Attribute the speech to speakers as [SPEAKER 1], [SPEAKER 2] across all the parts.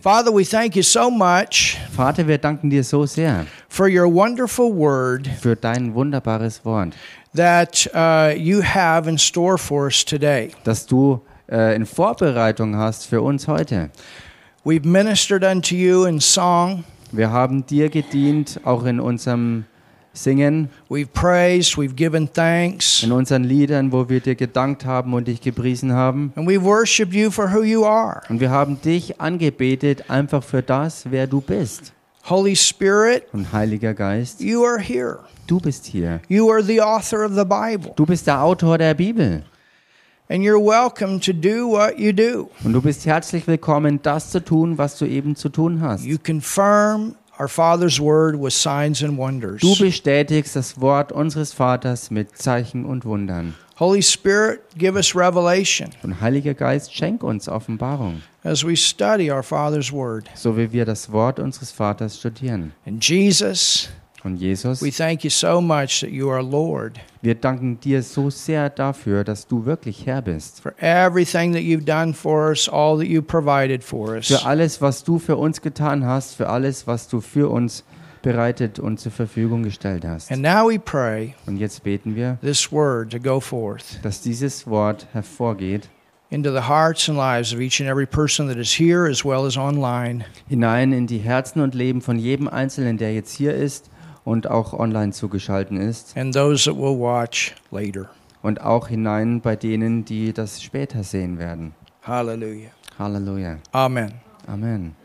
[SPEAKER 1] Father, we thank you so much
[SPEAKER 2] Vater, wir danken dir so sehr
[SPEAKER 1] for your wonderful word
[SPEAKER 2] für dein wunderbares Wort,
[SPEAKER 1] that uh, you have in store for us today.
[SPEAKER 2] das du äh, in Vorbereitung hast für uns heute.
[SPEAKER 1] We've ministered unto you in song,
[SPEAKER 2] Wir haben dir gedient, auch in unserem Singen,
[SPEAKER 1] we've praised, we've given thanks,
[SPEAKER 2] in unseren Liedern, wo wir dir gedankt haben und dich gepriesen haben.
[SPEAKER 1] and we've worshiped you for who you are.
[SPEAKER 2] Und wir haben dich angebetet, einfach für das, wer du bist.
[SPEAKER 1] Holy Spirit,
[SPEAKER 2] Und Heiliger Geist,
[SPEAKER 1] you are here.
[SPEAKER 2] du bist hier.
[SPEAKER 1] You are the author of the Bible,
[SPEAKER 2] Du bist der Autor der Bibel.
[SPEAKER 1] and you're welcome to do what you do.
[SPEAKER 2] Und du bist herzlich willkommen, das zu tun, was du eben zu tun hast.
[SPEAKER 1] You confirm our Father's word with signs and wonders.
[SPEAKER 2] Du bestätigst das Wort unseres Vaters mit Zeichen und Wundern.
[SPEAKER 1] Holy Spirit, give us revelation
[SPEAKER 2] Und Heiliger Geist, schenk uns Offenbarung,
[SPEAKER 1] as we study our Father's word.
[SPEAKER 2] so wie wir das Wort unseres Vaters studieren.
[SPEAKER 1] And Jesus,
[SPEAKER 2] Und Jesus,
[SPEAKER 1] we thank you so much that you are Lord
[SPEAKER 2] wir danken dir so sehr dafür, dass du wirklich Herr bist.
[SPEAKER 1] for everything that you've done for us, all that you provided for us.
[SPEAKER 2] Für alles, was du für uns getan hast, für alles, was du für uns bereitet und zur Verfügung gestellt hast.
[SPEAKER 1] And now we pray
[SPEAKER 2] Und jetzt beten wir,
[SPEAKER 1] this word to go forth
[SPEAKER 2] dass dieses Wort hervorgeht
[SPEAKER 1] into the hearts and lives of each and every person that is here as well as online.
[SPEAKER 2] hinein in die Herzen und Leben von jedem Einzelnen, der jetzt hier ist und auch online zugeschalten ist
[SPEAKER 1] and those that will watch later.
[SPEAKER 2] und auch hinein bei denen, die das später sehen werden.
[SPEAKER 1] Hallelujah.
[SPEAKER 2] Halleluja.
[SPEAKER 1] Amen.
[SPEAKER 2] Amen.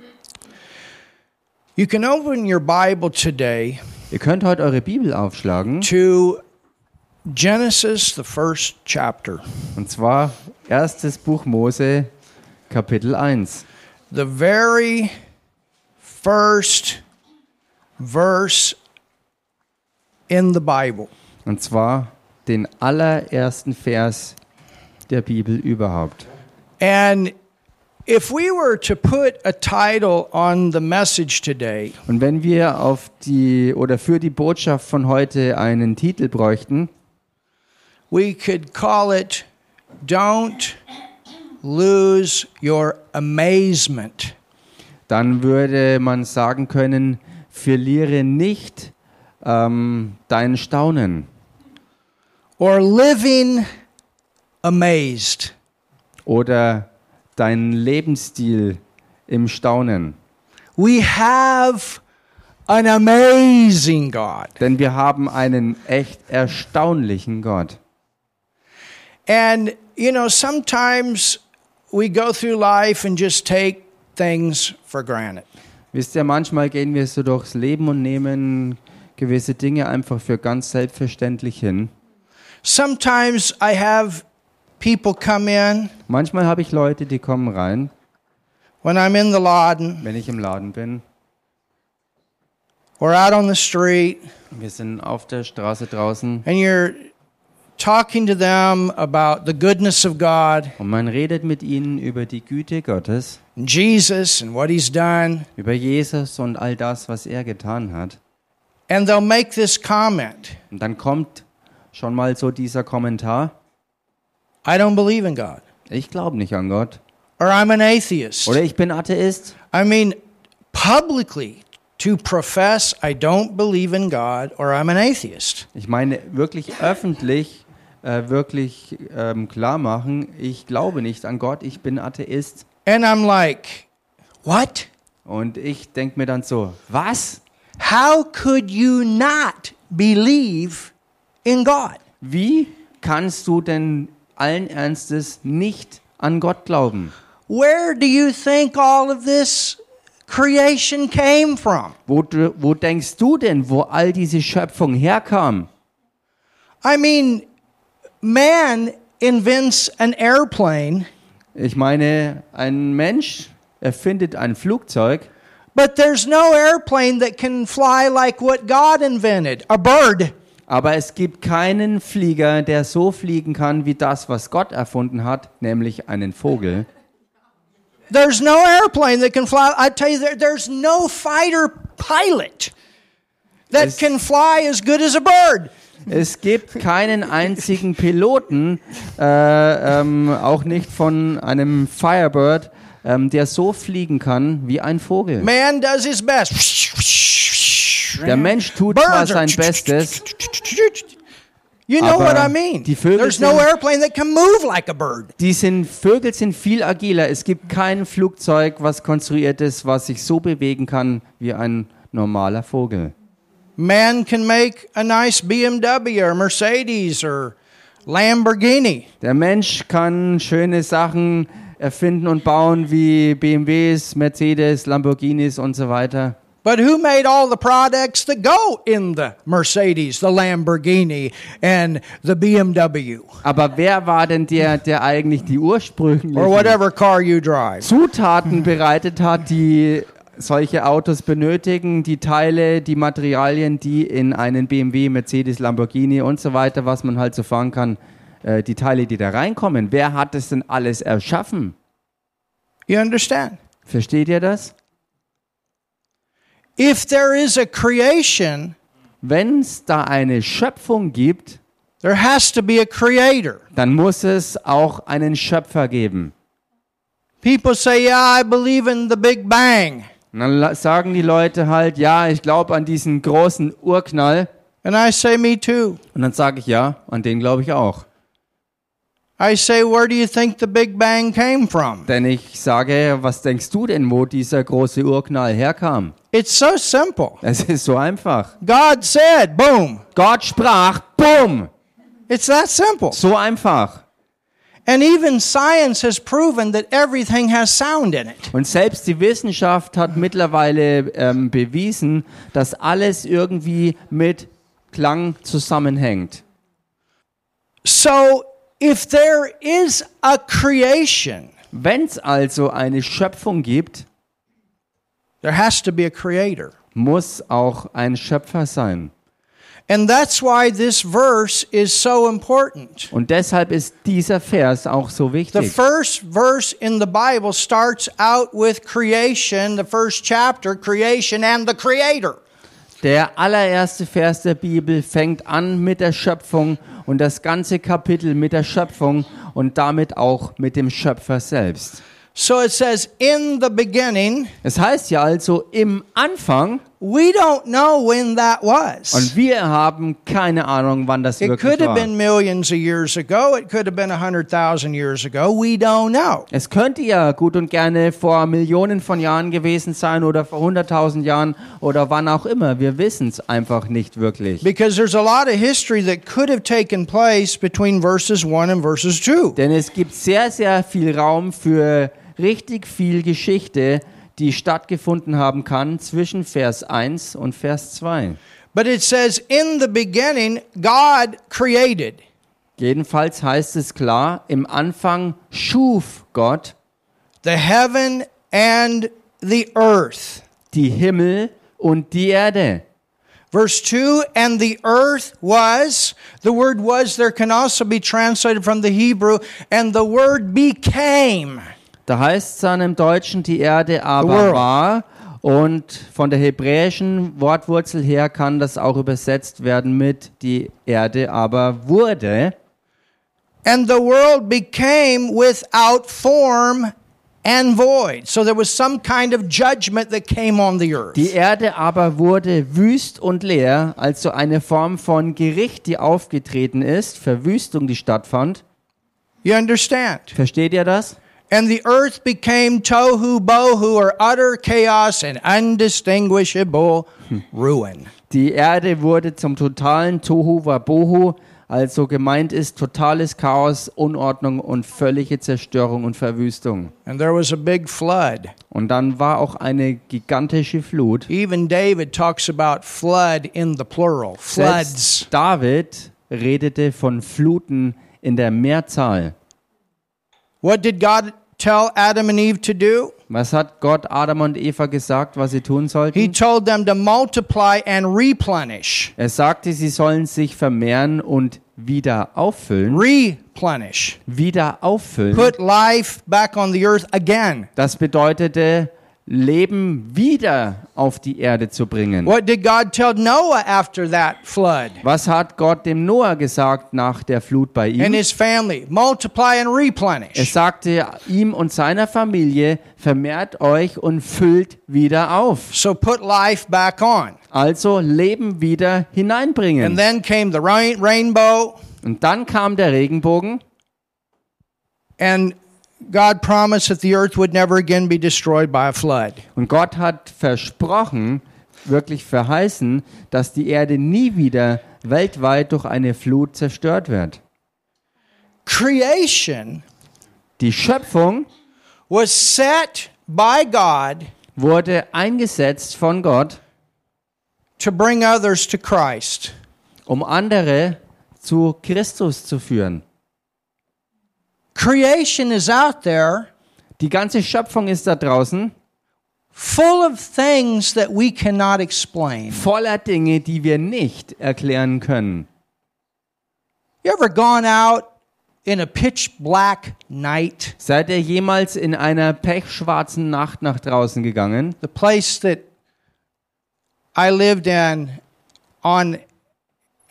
[SPEAKER 1] You can open your Bible today
[SPEAKER 2] Ihr könnt heute eure Bibel aufschlagen
[SPEAKER 1] to Genesis, the first chapter,
[SPEAKER 2] und zwar erstes Buch Mose Kapitel 1.
[SPEAKER 1] the very first verse in the Bible.
[SPEAKER 2] Und zwar den allerersten Vers der Bibel überhaupt.
[SPEAKER 1] And if we were to put a title on the message today,
[SPEAKER 2] Und wenn wir auf die oder für die Botschaft von heute einen Titel bräuchten,
[SPEAKER 1] we could call it Don't Lose Your Amazement.
[SPEAKER 2] dann würde man sagen können, verliere nicht ähm, dein Staunen
[SPEAKER 1] or living amazed.
[SPEAKER 2] oder deinen Lebensstil im Staunen.
[SPEAKER 1] We have an amazing God.
[SPEAKER 2] Denn wir haben einen echt erstaunlichen Gott.
[SPEAKER 1] And, you know, sometimes we go through life and just take things for granted.
[SPEAKER 2] Wisst ihr, manchmal gehen wir so durchs Leben und nehmen gewisse Dinge einfach für ganz selbstverständlich hin.
[SPEAKER 1] Sometimes I have people come in
[SPEAKER 2] Manchmal habe ich Leute, die kommen rein,
[SPEAKER 1] when I'm in the Laden
[SPEAKER 2] wenn ich im Laden bin.
[SPEAKER 1] or out on the street,
[SPEAKER 2] Wir sind auf der Straße draußen
[SPEAKER 1] and you're talking to them about the goodness of God,
[SPEAKER 2] und man redet mit ihnen über die Güte Gottes.
[SPEAKER 1] and Jesus, and what He's done.
[SPEAKER 2] über Jesus und all das, was er getan hat.
[SPEAKER 1] And they'll make this comment
[SPEAKER 2] Und dann kommt schon mal so dieser Kommentar,
[SPEAKER 1] I don't believe in God.
[SPEAKER 2] ich glaube nicht an Gott.
[SPEAKER 1] or I'm an atheist.
[SPEAKER 2] Oder ich bin Atheist.
[SPEAKER 1] I mean, publicly to profess I don't believe in God or I'm an atheist.
[SPEAKER 2] Ich meine, wirklich öffentlich, äh, wirklich ähm, klar machen, ich glaube nicht an Gott, ich bin Atheist.
[SPEAKER 1] And I'm like, what?
[SPEAKER 2] Und ich denke mir dann so, was?
[SPEAKER 1] How could you not believe in God?
[SPEAKER 2] Wie kannst du denn allen Ernstes nicht an Gott glauben?
[SPEAKER 1] Where do you think all of this creation came from?
[SPEAKER 2] Wo, du- wo denkst du denn, wo all diese Schöpfung herkam?
[SPEAKER 1] I mean, man invents an airplane,
[SPEAKER 2] Ich meine, ein Mensch erfindet ein Flugzeug,
[SPEAKER 1] but there's no airplane that can fly like what God invented a bird.
[SPEAKER 2] aber es gibt keinen Flieger, der so fliegen kann wie das, was Gott erfunden hat, nämlich einen Vogel.
[SPEAKER 1] There's no airplane that can fly. I tell you, there, there's no fighter pilot that
[SPEAKER 2] Is-
[SPEAKER 1] can fly as good as a bird.
[SPEAKER 2] Es gibt keinen einzigen Piloten, äh, ähm, auch nicht von einem Firebird, ähm, der so fliegen kann wie ein Vogel.
[SPEAKER 1] Man does his best.
[SPEAKER 2] Der Mensch tut zwar sein Bestes,
[SPEAKER 1] You know
[SPEAKER 2] Aber
[SPEAKER 1] what I mean.
[SPEAKER 2] die Vögel
[SPEAKER 1] There's no
[SPEAKER 2] sind-
[SPEAKER 1] airplane that can move like a bird.
[SPEAKER 2] die sind, Vögel sind viel agiler. Es gibt kein Flugzeug, was konstruiert ist, was sich so bewegen kann wie ein normaler Vogel.
[SPEAKER 1] Man can make a nice BMW or Mercedes or Lamborghini.
[SPEAKER 2] Der Mensch kann schöne Sachen erfinden und bauen wie BMWs, Mercedes, Lamborghinis und so weiter.
[SPEAKER 1] But who made all the products that go in the Mercedes, the Lamborghini, and the BMW,
[SPEAKER 2] Aber wer war denn der, der eigentlich die
[SPEAKER 1] or
[SPEAKER 2] ursprünglichen
[SPEAKER 1] whatever car you drive?
[SPEAKER 2] Zutaten bereitet hat, die solche Autos benötigen, die Teile, die Materialien, die in einen BMW, Mercedes, Lamborghini und so weiter, was man halt so fahren kann, äh, die Teile, die da reinkommen. Wer hat das denn alles erschaffen?
[SPEAKER 1] You understand?
[SPEAKER 2] Versteht ihr das?
[SPEAKER 1] If there is a creation,
[SPEAKER 2] Wenn es da eine Schöpfung gibt,
[SPEAKER 1] there has to be a creator.
[SPEAKER 2] dann muss es auch einen Schöpfer geben.
[SPEAKER 1] People say, Yeah, I believe in the Big Bang.
[SPEAKER 2] Und dann la- sagen die Leute halt, ja, ich glaube an diesen großen Urknall.
[SPEAKER 1] And I say, Me too.
[SPEAKER 2] Und dann sage ich, ja, an den glaube ich auch.
[SPEAKER 1] I say, Where do you think the Big Bang came from?
[SPEAKER 2] Denn ich sage, was denkst du denn, wo dieser große Urknall herkam?
[SPEAKER 1] It's so simple.
[SPEAKER 2] Es ist so einfach.
[SPEAKER 1] God said, Boom.
[SPEAKER 2] Gott sprach, bumm,
[SPEAKER 1] It's that simple.
[SPEAKER 2] so einfach.
[SPEAKER 1] And even science has proven that everything has sound in it.
[SPEAKER 2] Und selbst die Wissenschaft hat mittlerweile ähm, bewiesen, dass alles irgendwie mit Klang zusammenhängt.
[SPEAKER 1] So if there is a creation,
[SPEAKER 2] Wenn es also eine Schöpfung gibt,
[SPEAKER 1] there has to be a creator.
[SPEAKER 2] muss auch ein Schöpfer sein.
[SPEAKER 1] And that's why this verse is so important.
[SPEAKER 2] Und deshalb ist dieser Vers auch so
[SPEAKER 1] The
[SPEAKER 2] wichtig.
[SPEAKER 1] first verse in the Bible starts out with creation, the first chapter, creation and the creator.
[SPEAKER 2] Der allererste Vers der Bibel fängt an mit der Schöpfung und das ganze Kapitel mit der Schöpfung und damit auch mit dem Schöpfer selbst.
[SPEAKER 1] So it says, in the beginning,
[SPEAKER 2] Es heißt ja also im Anfang
[SPEAKER 1] we don't know when that was.
[SPEAKER 2] und wir haben keine Ahnung, wann das
[SPEAKER 1] It could
[SPEAKER 2] wirklich
[SPEAKER 1] have
[SPEAKER 2] war.
[SPEAKER 1] been millions of years ago. It could have been 100,000 years ago. We don't know.
[SPEAKER 2] Es könnte ja gut und gerne vor Millionen von Jahren gewesen sein oder vor 100.000 Jahren oder wann auch immer. Wir wissen es einfach nicht wirklich.
[SPEAKER 1] Because there's a lot of history that could have taken place between verses 1 and verses 2.
[SPEAKER 2] Denn es gibt sehr, sehr viel Raum für richtig viel Geschichte, die stattgefunden haben kann zwischen Vers 1 und Vers 2.
[SPEAKER 1] But it says, in the beginning, God created.
[SPEAKER 2] Jedenfalls heißt es klar, im Anfang schuf Gott
[SPEAKER 1] the heaven and the earth.
[SPEAKER 2] die Himmel und die Erde.
[SPEAKER 1] Verse 2 And the earth was, the word was there can also be translated from the Hebrew, and the word became.
[SPEAKER 2] Da heißt es dann im Deutschen, die Erde
[SPEAKER 1] The world.
[SPEAKER 2] aber war. Und von der hebräischen Wortwurzel her kann das auch übersetzt werden mit die Erde aber wurde.
[SPEAKER 1] And the world became without form and void. So there was some kind of judgment that came on the earth.
[SPEAKER 2] Die Erde aber wurde wüst und leer, also eine Form von Gericht, die aufgetreten ist, Verwüstung, die stattfand.
[SPEAKER 1] you understand?
[SPEAKER 2] Versteht ihr das?
[SPEAKER 1] And the earth became tohu bohu, or utter chaos and undistinguishable ruin.
[SPEAKER 2] Die Erde wurde zum totalen Tohu Wabohu, also gemeint ist totales Chaos, Unordnung und völlige Zerstörung und Verwüstung.
[SPEAKER 1] And there was a big flood.
[SPEAKER 2] Und dann war auch eine gigantische Flut.
[SPEAKER 1] Even David talks about flood in the plural. Floods.
[SPEAKER 2] Selbst David redete von Fluten in der Mehrzahl.
[SPEAKER 1] What did God tell Adam and Eve to do?
[SPEAKER 2] Was hat Gott Adam und Eva gesagt, was sie tun sollten?
[SPEAKER 1] He told them to multiply and replenish.
[SPEAKER 2] Er sagte, sie sollen sich vermehren und wieder auffüllen.
[SPEAKER 1] Replenish.
[SPEAKER 2] Wieder auffüllen.
[SPEAKER 1] Put life back on the earth again.
[SPEAKER 2] Das bedeutete, Leben wieder auf die Erde zu bringen.
[SPEAKER 1] What did God tell Noah after that flood
[SPEAKER 2] Was hat Gott dem Noah gesagt nach der Flut bei
[SPEAKER 1] and
[SPEAKER 2] ihm?
[SPEAKER 1] his family? Multiply and
[SPEAKER 2] Er
[SPEAKER 1] replenish.
[SPEAKER 2] sagte ihm und seiner Familie, vermehrt euch und füllt wieder auf.
[SPEAKER 1] So put life back on.
[SPEAKER 2] Also Leben wieder
[SPEAKER 1] And
[SPEAKER 2] hineinbringen.
[SPEAKER 1] then came the rain, rainbow,
[SPEAKER 2] Und dann kam der Regenbogen
[SPEAKER 1] and God promised that the earth would never again be destroyed by a flood.
[SPEAKER 2] und Gott hat versprochen, wirklich verheißen, dass die Erde nie wieder weltweit durch eine Flut zerstört wird.
[SPEAKER 1] Creation
[SPEAKER 2] Die Schöpfung
[SPEAKER 1] was set by God
[SPEAKER 2] wurde eingesetzt von Gott,
[SPEAKER 1] to bring others to Christ.
[SPEAKER 2] um andere zu Christus zu führen.
[SPEAKER 1] Creation is out there
[SPEAKER 2] Die ganze Schöpfung ist da draußen
[SPEAKER 1] full of things that we cannot explain.
[SPEAKER 2] voller Dinge, die wir nicht erklären können.
[SPEAKER 1] You ever gone out in a pitch black night?
[SPEAKER 2] Seid ihr jemals in einer pechschwarzen Nacht nach draußen gegangen?
[SPEAKER 1] The place that I lived in on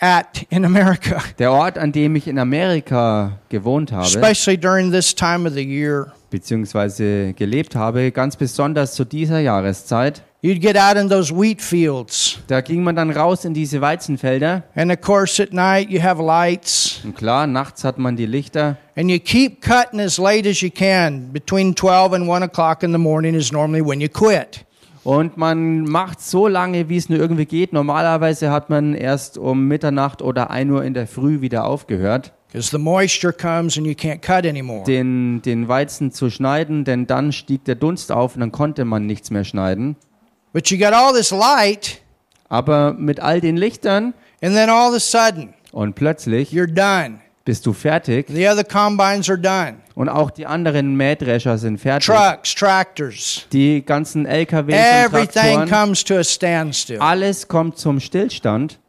[SPEAKER 1] at in America,
[SPEAKER 2] Der Ort, an dem ich in Amerika gewohnt habe,
[SPEAKER 1] especially during this time of the year.
[SPEAKER 2] beziehungsweise gelebt habe, ganz besonders zu dieser Jahreszeit,
[SPEAKER 1] You'd get out in those wheat fields.
[SPEAKER 2] da ging man dann raus in diese Weizenfelder.
[SPEAKER 1] And of course at night you have lights
[SPEAKER 2] Und klar, nachts hat man die Lichter
[SPEAKER 1] and you keep cutting as late as you can. Between twelve and one o'clock in the morning is normally when you quit.
[SPEAKER 2] Und man macht so lange, wie es nur irgendwie geht. Normalerweise hat man erst um Mitternacht oder 1 Uhr in der Früh wieder aufgehört,
[SPEAKER 1] Because the moisture comes and you can't cut anymore.
[SPEAKER 2] den, den Weizen zu schneiden, denn dann stieg der Dunst auf und dann konnte man nichts mehr schneiden.
[SPEAKER 1] But you got all this light,
[SPEAKER 2] Aber mit all den Lichtern
[SPEAKER 1] and then all of a sudden
[SPEAKER 2] und plötzlich
[SPEAKER 1] you're done.
[SPEAKER 2] bist du fertig
[SPEAKER 1] The other combines are done.
[SPEAKER 2] und auch die anderen Mähdrescher sind fertig.
[SPEAKER 1] Trucks, tractors,
[SPEAKER 2] Die ganzen LKWs und
[SPEAKER 1] everything
[SPEAKER 2] Traktoren,
[SPEAKER 1] comes to a standstill.
[SPEAKER 2] alles kommt zum Stillstand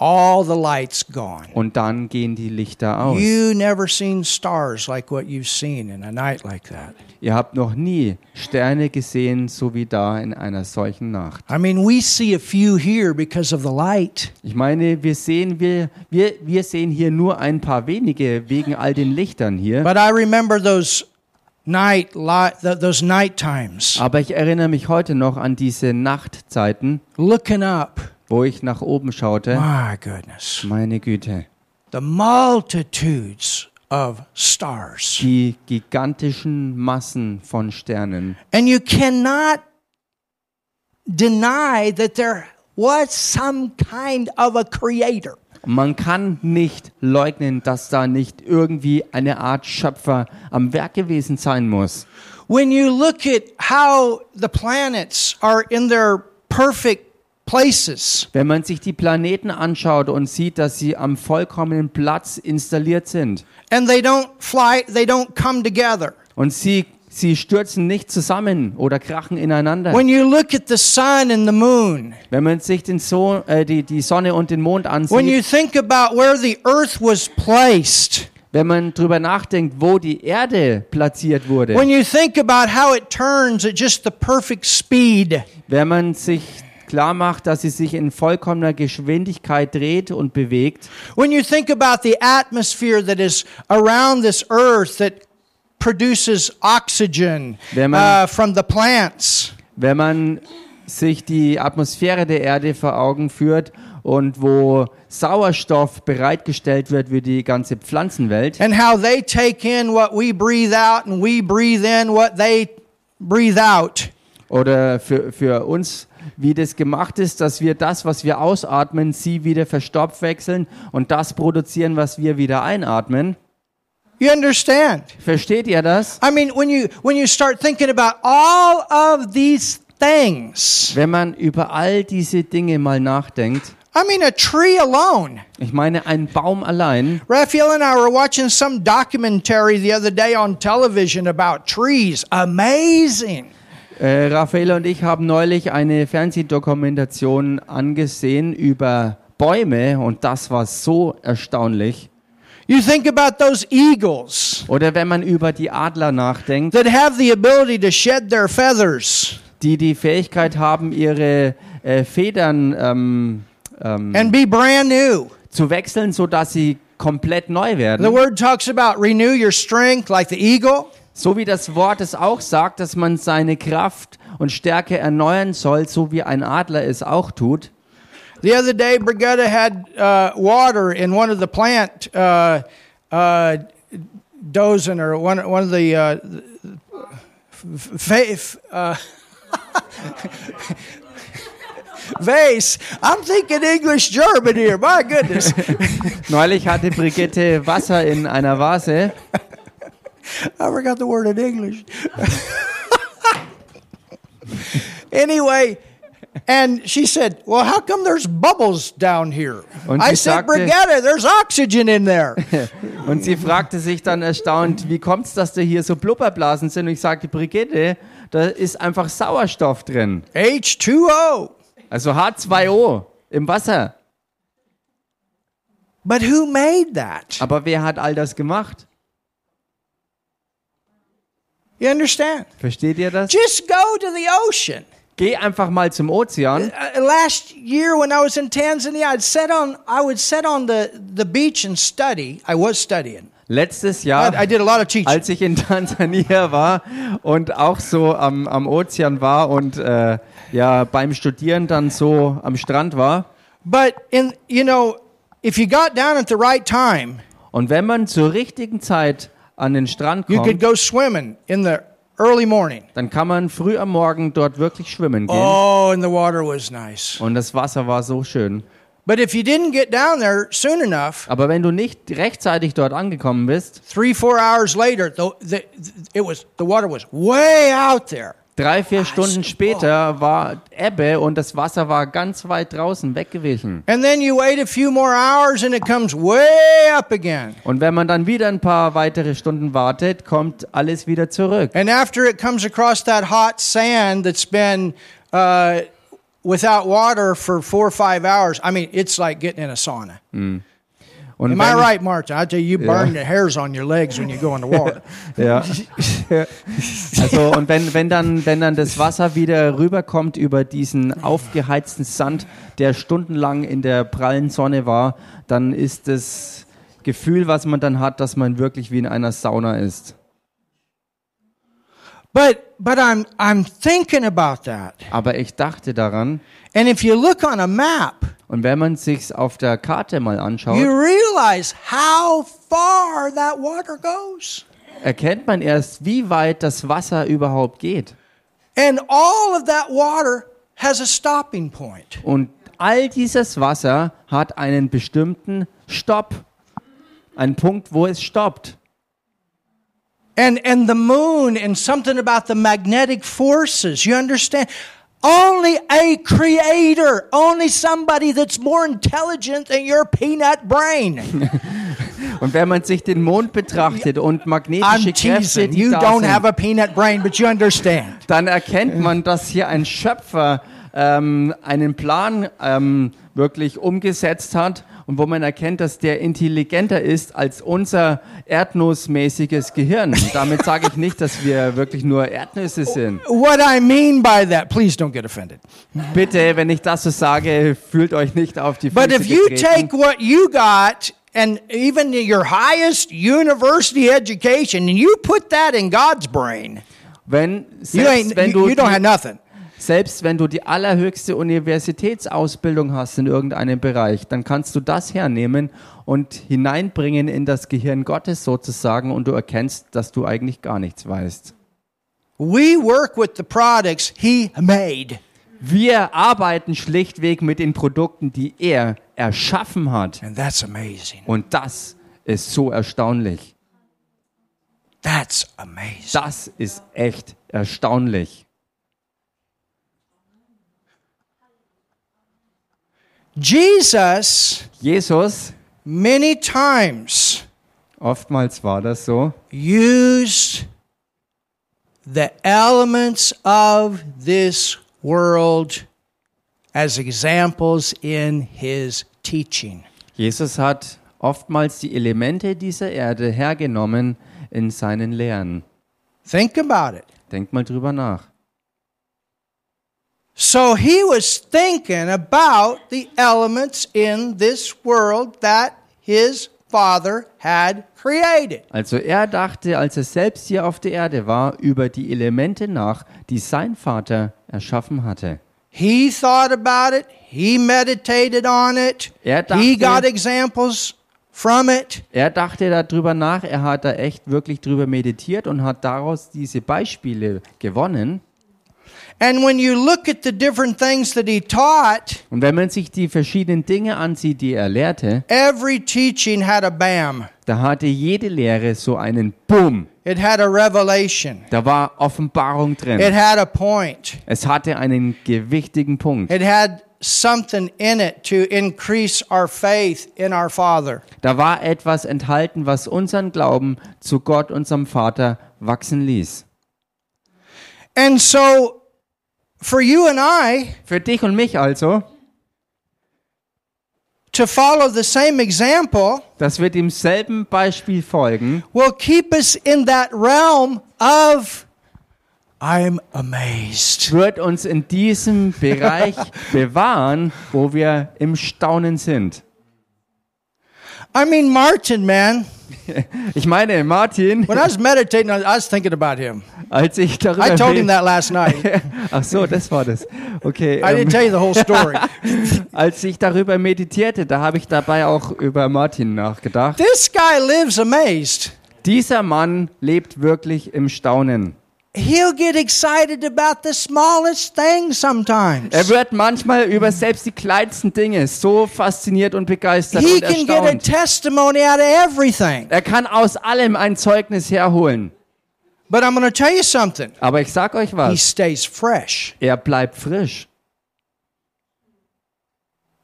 [SPEAKER 1] All the lights gone.
[SPEAKER 2] und dann gehen die Lichter aus.
[SPEAKER 1] You never seen stars like what you've seen in a night like that.
[SPEAKER 2] Ihr habt noch nie Sterne gesehen, so wie da in einer solchen Nacht.
[SPEAKER 1] I mean, we see a few here because of the light,
[SPEAKER 2] Ich meine, wir sehen, wir, wir, wir sehen hier nur ein paar wenige wegen all den Lichtern hier.
[SPEAKER 1] but I remember those night light, th- those night times,
[SPEAKER 2] Aber ich erinnere mich heute noch an diese Nachtzeiten,
[SPEAKER 1] looking up.
[SPEAKER 2] wo ich nach oben schaute.
[SPEAKER 1] My goodness,
[SPEAKER 2] Meine Güte,
[SPEAKER 1] the multitudes of stars.
[SPEAKER 2] die gigantischen Massen von Sternen.
[SPEAKER 1] And you cannot deny that there was some kind of a creator.
[SPEAKER 2] Man kann nicht leugnen, dass da nicht irgendwie eine Art Schöpfer am Werk gewesen sein muss.
[SPEAKER 1] When you look at how the planets are in their perfect places,
[SPEAKER 2] Wenn man sich die Planeten anschaut und sieht, dass sie am vollkommenen Platz installiert sind
[SPEAKER 1] and they don't fly, they don't come together.
[SPEAKER 2] und sie, sie stürzen nicht zusammen oder krachen ineinander.
[SPEAKER 1] When you look at the sun and the moon,
[SPEAKER 2] Wenn man sich den so äh, die, die Sonne und den Mond
[SPEAKER 1] when
[SPEAKER 2] ansieht,
[SPEAKER 1] you think about where the earth was placed,
[SPEAKER 2] wenn man drüber nachdenkt, wo die Erde platziert
[SPEAKER 1] when
[SPEAKER 2] wurde,
[SPEAKER 1] you think about how it turns at just the perfect speed,
[SPEAKER 2] wenn man sich klar macht, dass sie sich in vollkommener Geschwindigkeit dreht und bewegt,
[SPEAKER 1] When you think about the atmosphere that is around this earth that produces oxygen
[SPEAKER 2] Wenn man-
[SPEAKER 1] uh, from the plants,
[SPEAKER 2] wenn man sich die Atmosphäre der Erde vor Augen führt und wo Sauerstoff bereitgestellt wird für die ganze Pflanzenwelt,
[SPEAKER 1] and how they take in what we breathe out and we breathe in what they breathe out.
[SPEAKER 2] oder für, für uns, wie das gemacht ist, dass wir das, was wir ausatmen, sie wieder verstopft wechseln und das produzieren, was wir wieder einatmen.
[SPEAKER 1] You understand?
[SPEAKER 2] Versteht ihr das?
[SPEAKER 1] I mean, when you when you start thinking about all of these things,
[SPEAKER 2] Wenn man über all diese Dinge mal nachdenkt,
[SPEAKER 1] I mean, a tree alone.
[SPEAKER 2] ich meine, ein Baum allein,
[SPEAKER 1] Raphael and I were watching some documentary the other day on television about trees. Amazing.
[SPEAKER 2] äh, Raffaele und ich haben neulich eine Fernsehdokumentation angesehen über Bäume und das war so erstaunlich.
[SPEAKER 1] You think about those eagles
[SPEAKER 2] Oder wenn man über die Adler nachdenkt,
[SPEAKER 1] that have the ability to shed their feathers
[SPEAKER 2] die die Fähigkeit haben, ihre äh, Federn ähm, ähm,
[SPEAKER 1] and be brand new.
[SPEAKER 2] zu wechseln, sodass sie komplett neu
[SPEAKER 1] The
[SPEAKER 2] werden.
[SPEAKER 1] word talks about renew your strength like the eagle.
[SPEAKER 2] So wie das Wort es auch sagt, dass man seine Kraft und Stärke erneuern soll, so wie ein Adler es auch tut.
[SPEAKER 1] The other day, Brigada had uh, water in one of the plant uh, uh, dozen or one, one of the. Uh, f- f- uh, vase. I'm thinking English German here. My goodness.
[SPEAKER 2] Neulich hatte Brigitte Wasser in einer Vase
[SPEAKER 1] I forgot the word in English. anyway, and she said, Well, how come there's bubbles down here?
[SPEAKER 2] Und
[SPEAKER 1] I
[SPEAKER 2] sie
[SPEAKER 1] said,
[SPEAKER 2] sagte-
[SPEAKER 1] Brigada, there's oxygen in there.
[SPEAKER 2] und sie fragte sich dann erstaunt, wie kommt's, dass da hier so Blubberblasen sind? Und ich sagte, Brigitte, da ist einfach Sauerstoff drin.
[SPEAKER 1] H2O.
[SPEAKER 2] Also H2O im Wasser.
[SPEAKER 1] But who made that?
[SPEAKER 2] Aber wer hat all das gemacht?
[SPEAKER 1] You understand?
[SPEAKER 2] Versteht ihr das?
[SPEAKER 1] Just go to the ocean.
[SPEAKER 2] Geh einfach mal zum Ozean.
[SPEAKER 1] Uh, last year when I was in Tanzania, I'd sit on I would sit on the, the beach and study. I was studying.
[SPEAKER 2] Letztes
[SPEAKER 1] I,
[SPEAKER 2] Jahr
[SPEAKER 1] I did a lot of teaching.
[SPEAKER 2] als ich in Tansania war und auch so am, am Ozean war und äh, ja beim Studieren dann so am Strand war.
[SPEAKER 1] but in you know, if you got down at the right time,
[SPEAKER 2] Und wenn man zur richtigen Zeit an den Strand
[SPEAKER 1] You could
[SPEAKER 2] kommt,
[SPEAKER 1] go swimming in the early morning.
[SPEAKER 2] dann kann man früh am Morgen dort wirklich schwimmen gehen.
[SPEAKER 1] Oh, and the water was nice.
[SPEAKER 2] Und das Wasser war so schön.
[SPEAKER 1] But if you didn't get down there soon enough,
[SPEAKER 2] Aber wenn du nicht rechtzeitig dort angekommen bist,
[SPEAKER 1] three, four hours later, the, the, it was, the water was way out there.
[SPEAKER 2] drei,
[SPEAKER 1] Ah,
[SPEAKER 2] vier Stunden
[SPEAKER 1] so-
[SPEAKER 2] später war Ebbe und das Wasser war ganz weit draußen weg gewesen.
[SPEAKER 1] And then you wait a few more hours and it comes way up again.
[SPEAKER 2] Und wenn man dann wieder ein paar weitere Stunden wartet, kommt alles wieder zurück.
[SPEAKER 1] And after it comes across that hot sand that's been uh, without water for four or five hours, I mean, it's like getting in a sauna.
[SPEAKER 2] Und
[SPEAKER 1] Am I
[SPEAKER 2] wenn-
[SPEAKER 1] right, Marta? I tell you, you burn the hairs on your legs when you go in the water.
[SPEAKER 2] Ja. Also und wenn, wenn, dann, wenn dann das Wasser wieder rüberkommt über diesen aufgeheizten Sand, der stundenlang in der prallen Sonne war, dann ist das Gefühl, was man dann hat, dass man wirklich wie in einer Sauna ist.
[SPEAKER 1] But but I'm I'm thinking about that.
[SPEAKER 2] Aber ich dachte daran,
[SPEAKER 1] And if you look on a map,
[SPEAKER 2] und wenn man sich's auf der Karte mal anschaut,
[SPEAKER 1] you realize how far that water goes.
[SPEAKER 2] erkennt man erst, wie weit das Wasser überhaupt geht.
[SPEAKER 1] And all of that water has a stopping point.
[SPEAKER 2] Und all dieses Wasser hat einen bestimmten Stopp. Einen Punkt, wo es stoppt.
[SPEAKER 1] And and the moon and something about the magnetic forces, you understand? Only a creator, only somebody that's more intelligent than your peanut brain.
[SPEAKER 2] Und wenn man sich den Mond betrachtet und magnetische
[SPEAKER 1] I'm
[SPEAKER 2] Kräfte,
[SPEAKER 1] teasing.
[SPEAKER 2] die
[SPEAKER 1] You
[SPEAKER 2] da
[SPEAKER 1] don't have
[SPEAKER 2] sind,
[SPEAKER 1] a peanut brain, but you understand.
[SPEAKER 2] dann erkennt man, dass hier ein Schöpfer ähm, einen Plan ähm, wirklich umgesetzt hat und wo man erkennt, dass der intelligenter ist als unser erdnussmäßiges Gehirn. Und damit sage ich nicht, dass wir wirklich nur Erdnüsse
[SPEAKER 1] Oh.
[SPEAKER 2] sind.
[SPEAKER 1] What I mean by that, please don't get offended.
[SPEAKER 2] Bitte, wenn ich das so sage, fühlt euch nicht auf die Füße
[SPEAKER 1] But if you
[SPEAKER 2] getreten.
[SPEAKER 1] take what you got and even your highest university education and you put that in God's brain,
[SPEAKER 2] Wenn,
[SPEAKER 1] you
[SPEAKER 2] selbst,
[SPEAKER 1] ain't
[SPEAKER 2] wenn
[SPEAKER 1] you,
[SPEAKER 2] du
[SPEAKER 1] you don't
[SPEAKER 2] die-
[SPEAKER 1] have nothing.
[SPEAKER 2] Selbst wenn du die allerhöchste Universitätsausbildung hast in irgendeinem Bereich, dann kannst du das hernehmen und hineinbringen in das Gehirn Gottes sozusagen und du erkennst, dass du eigentlich gar nichts weißt.
[SPEAKER 1] We work with the products he made.
[SPEAKER 2] Wir arbeiten schlichtweg mit den Produkten, die er erschaffen hat.
[SPEAKER 1] And that's amazing.
[SPEAKER 2] Und das ist so erstaunlich.
[SPEAKER 1] That's amazing.
[SPEAKER 2] Das ist echt erstaunlich.
[SPEAKER 1] Jesus
[SPEAKER 2] Jesus,
[SPEAKER 1] many times
[SPEAKER 2] oftmals war das so,
[SPEAKER 1] used the elements of this world as examples in his teaching.
[SPEAKER 2] Jesus hat oftmals die Elemente dieser Erde hergenommen in seinen Lehren.
[SPEAKER 1] Think about it.
[SPEAKER 2] Denk mal drüber nach.
[SPEAKER 1] So he was thinking about the elements in this world that his father had created.
[SPEAKER 2] Also er dachte, als er selbst hier auf der Erde war, über die Elemente nach, die sein Vater erschaffen hatte.
[SPEAKER 1] He thought about it, he meditated on it,
[SPEAKER 2] Er
[SPEAKER 1] he
[SPEAKER 2] dachte-
[SPEAKER 1] got examples from it.
[SPEAKER 2] Er dachte darüber nach, er hat da echt wirklich drüber meditiert und hat daraus diese Beispiele gewonnen.
[SPEAKER 1] And when you look at the different things that he taught,
[SPEAKER 2] Und wenn man sich die verschiedenen Dinge ansieht, die er lehrte,
[SPEAKER 1] every teaching had a bam.
[SPEAKER 2] da hatte jede Lehre so einen Boom.
[SPEAKER 1] It had a revelation.
[SPEAKER 2] Da war Offenbarung drin.
[SPEAKER 1] It had a point.
[SPEAKER 2] Es hatte einen gewichtigen Punkt.
[SPEAKER 1] It had something in it to increase our faith in our Father.
[SPEAKER 2] Da war etwas enthalten, was unseren Glauben zu Gott, unserem Vater, wachsen ließ.
[SPEAKER 1] And so, for you and I
[SPEAKER 2] Für dich und mich also,
[SPEAKER 1] to follow the same example
[SPEAKER 2] dass wir demselben Beispiel folgen,
[SPEAKER 1] will keep us in that realm of I'm amazed.
[SPEAKER 2] wird uns in diesem Bereich bewahren, wo wir im Staunen sind.
[SPEAKER 1] I mean, Martin, man,
[SPEAKER 2] Ich meine, Martin,
[SPEAKER 1] when I was meditating, on it, I was thinking about him.
[SPEAKER 2] als ich darüber
[SPEAKER 1] I told him
[SPEAKER 2] red-
[SPEAKER 1] that last night.
[SPEAKER 2] Ach so, das war das. Okay,
[SPEAKER 1] I didn't
[SPEAKER 2] ähm,
[SPEAKER 1] tell you the whole story.
[SPEAKER 2] als ich darüber meditierte, da habe ich dabei auch über Martin nachgedacht.
[SPEAKER 1] This guy lives amazed.
[SPEAKER 2] Dieser Mann lebt wirklich im Staunen.
[SPEAKER 1] He'll get excited about the smallest thing sometimes.
[SPEAKER 2] Er wird manchmal über selbst die kleinsten Dinge so fasziniert und begeistert
[SPEAKER 1] he
[SPEAKER 2] und
[SPEAKER 1] can get a
[SPEAKER 2] erstaunt.
[SPEAKER 1] testimony out of everything.
[SPEAKER 2] Er kann aus allem ein Zeugnis herholen.
[SPEAKER 1] But I'm going to tell you something.
[SPEAKER 2] Aber ich sag euch
[SPEAKER 1] He
[SPEAKER 2] was,
[SPEAKER 1] stays fresh.
[SPEAKER 2] er bleibt frisch.